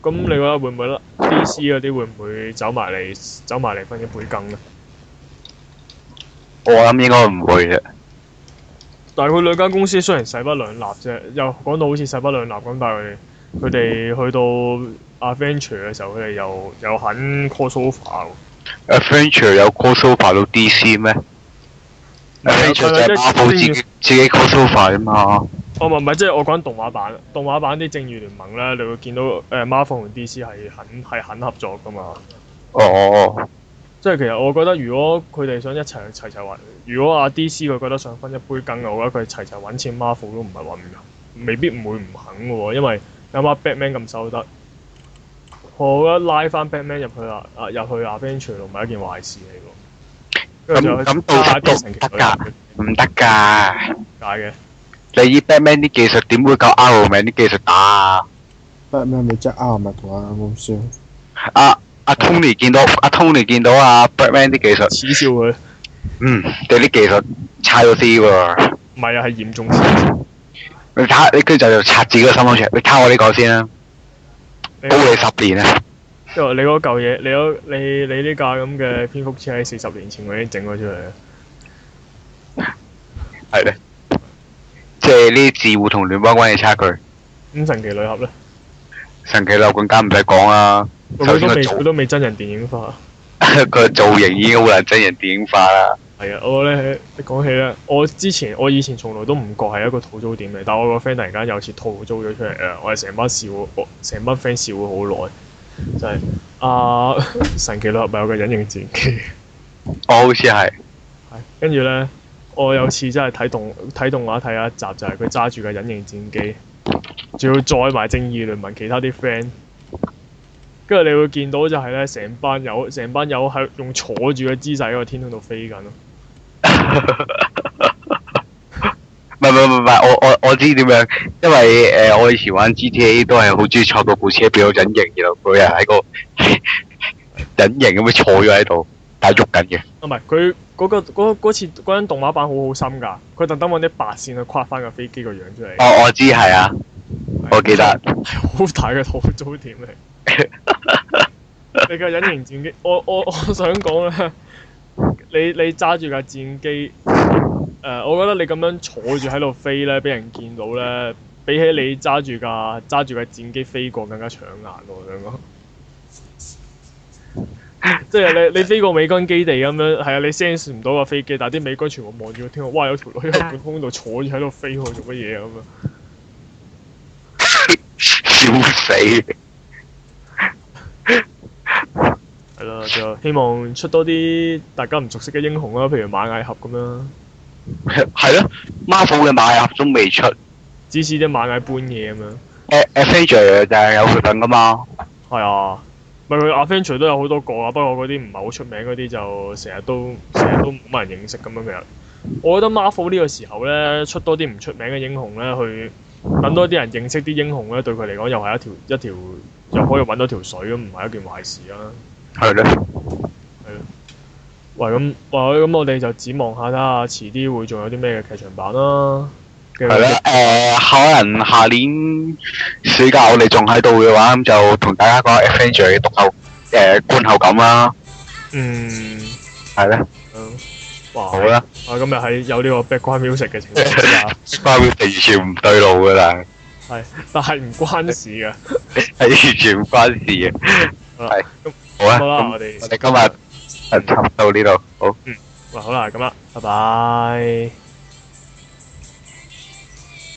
A: 咁你覺得會唔會咧？DC 嗰啲會唔會走埋嚟走埋嚟分一杯羹咧？
C: 我諗應該唔會嘅。
A: 但係佢兩間公司雖然勢不兩立啫，又講到好似勢不兩立咁，但係佢哋去到 Adventure 嘅時候，佢哋又又肯 crossover 喎。
C: a d v e n t u r e 有 crossover 到 DC 咩 a d v e n t u r e 啊就係 Marvel 自己自己 crossover 啊嘛。
A: 哦，唔係唔係，即係我講動畫版，動畫版啲正義聯盟咧，你會見到誒 Marvel 同 DC 係肯係肯合作噶嘛。
C: 哦，
A: 即係其實我覺得，如果佢哋想一齊齊齊揾，如果阿 DC 佢覺得想分一杯羹嘅話，佢齊齊揾錢 Marvel 都唔係揾唔肯，未必唔會唔肯嘅喎，因為你諗下 Batman 咁收得，我覺得拉翻 Batman 入去啊啊入去 Adventure 唔係一件壞事嚟喎。跟住
C: 咁
A: 就
C: 咁到
A: 加啲
C: 底得
A: 神
C: 唔
A: 奇
C: 得
A: 女
C: 㗎
A: 俠
C: 唔得㗎。
A: 解嘅，
C: 你以 Batman 啲技術點會夠 Iron Man 啲技術打啊？
B: 不咩咪即係啱咪同阿咁笑，
C: 阿啊阿 Tony 見到阿 Tony 見到阿 Batman 啲技術，
A: 恥笑佢，
C: 嗯，你啲技術差咗啲喎。
A: 唔係啊，係嚴重恥笑。
C: 你睇下，你跟住就拆自己個心口出嚟。你睇下我呢個先啦。
A: 你
C: 高你十年啊！
A: 因為你嗰嚿嘢，你嗰你你呢架咁嘅蝙蝠車喺四十年前我已經整咗出嚟啦。
C: 係咧，即係呢啲自護同聯邦軍嘅差距，
A: 咁神奇女俠咧，
C: 神奇女更加唔使講啦。
A: 佢
C: 首
A: 佢都未
C: 先個造
A: 佢都未真人電影化。
C: 個造型已經好難真人電影化啦。
A: 係啊，我咧講起咧，我之前我以前從來都唔覺係一個吐槽點嚟，但我個 friend 突然間有次吐槽咗出嚟啊！我哋成班笑，我成班 friend 笑咗好耐，就係、啊 神奇女俠咪有個隱形戰機，
C: 我好似係
A: 係跟住咧，我有次真係睇動睇動畫睇一集，就係佢揸住個隱形戰機，仲要載埋正義聯盟其他啲 friend。跟住你會見到就係咧，成班友成班友喺用坐住嘅姿勢喺個天空度飛緊咯。
C: 唔係唔係唔係唔係，我我我知點樣，因為誒、呃我以前玩 GTA 都係好中意坐到部車變到隱形，然後個人喺個隱形咁樣坐咗喺度，但係喐緊嘅。
A: 啊唔係佢嗰個嗰嗰次嗰陣動畫版好好心㗎，佢特登揾啲白線去框翻個飛機個樣出嚟，
C: 我我知係啊，我記得
A: 好大嘅吐槽點嚟。你個隱形戰機，我我我想講咧，你你揸住架戰機，誒、我覺得你咁樣坐住喺度飛咧，俾人見到咧，比起你揸住架揸住架戰機飛過更加搶眼喎，我想講。即係你你飛過美軍基地咁樣，係啊，你 sense 唔到個飛機，但係啲美軍全部望住個天，哇！有條女喺個半空度坐住喺度飛喎，做乜嘢啊咁樣？
C: 笑死。
A: 係啦，就希望出多啲大家唔熟悉嘅英雄啦，譬如馬藝俠咁樣，
C: 係咯，Marvel 嘅馬俠都未出，誒、
A: 只是啲馬藝搬嘢咁樣。
C: a v e n g e r 就係有佢份噶嘛，
A: 係啊，咪佢 a v e n g e r 都有好多個啊，不過嗰啲唔係好出名嗰啲就成日都成日都冇乜人認識咁樣嘅。我覺得 Marvel 呢個時候咧，出多啲唔出名嘅英雄咧，去等多啲人認識啲英雄咧，對佢嚟講又係一條一條又可以揾到條水咁，唔係一件壞事啊。
C: 係咯，
A: 喂，咁喂，咁我哋就展望下睇下，遲啲會仲有啲咩嘅劇場版啦。嘅
C: 係咯，誒、可能下年暑假我哋仲喺度嘅話，咁就同大家講 a v e n g e r 嘅讀後誒、觀後感啦，
A: 嗯，
C: 係咧，
A: 嗯哇，
C: 好啦，
A: 啊，今日喺有呢個 background music 嘅情況之 下，
C: 花會完全唔對路噶啦，
A: 但係唔關事嘅。
C: 係完全唔關事嘅，
A: 好啦
C: 係，好啦，
A: 好啦，
C: 咁
A: 我哋
C: 我哋今日就差唔多到呢度，好。
A: 啊喂，好啦，咁啦，拜拜。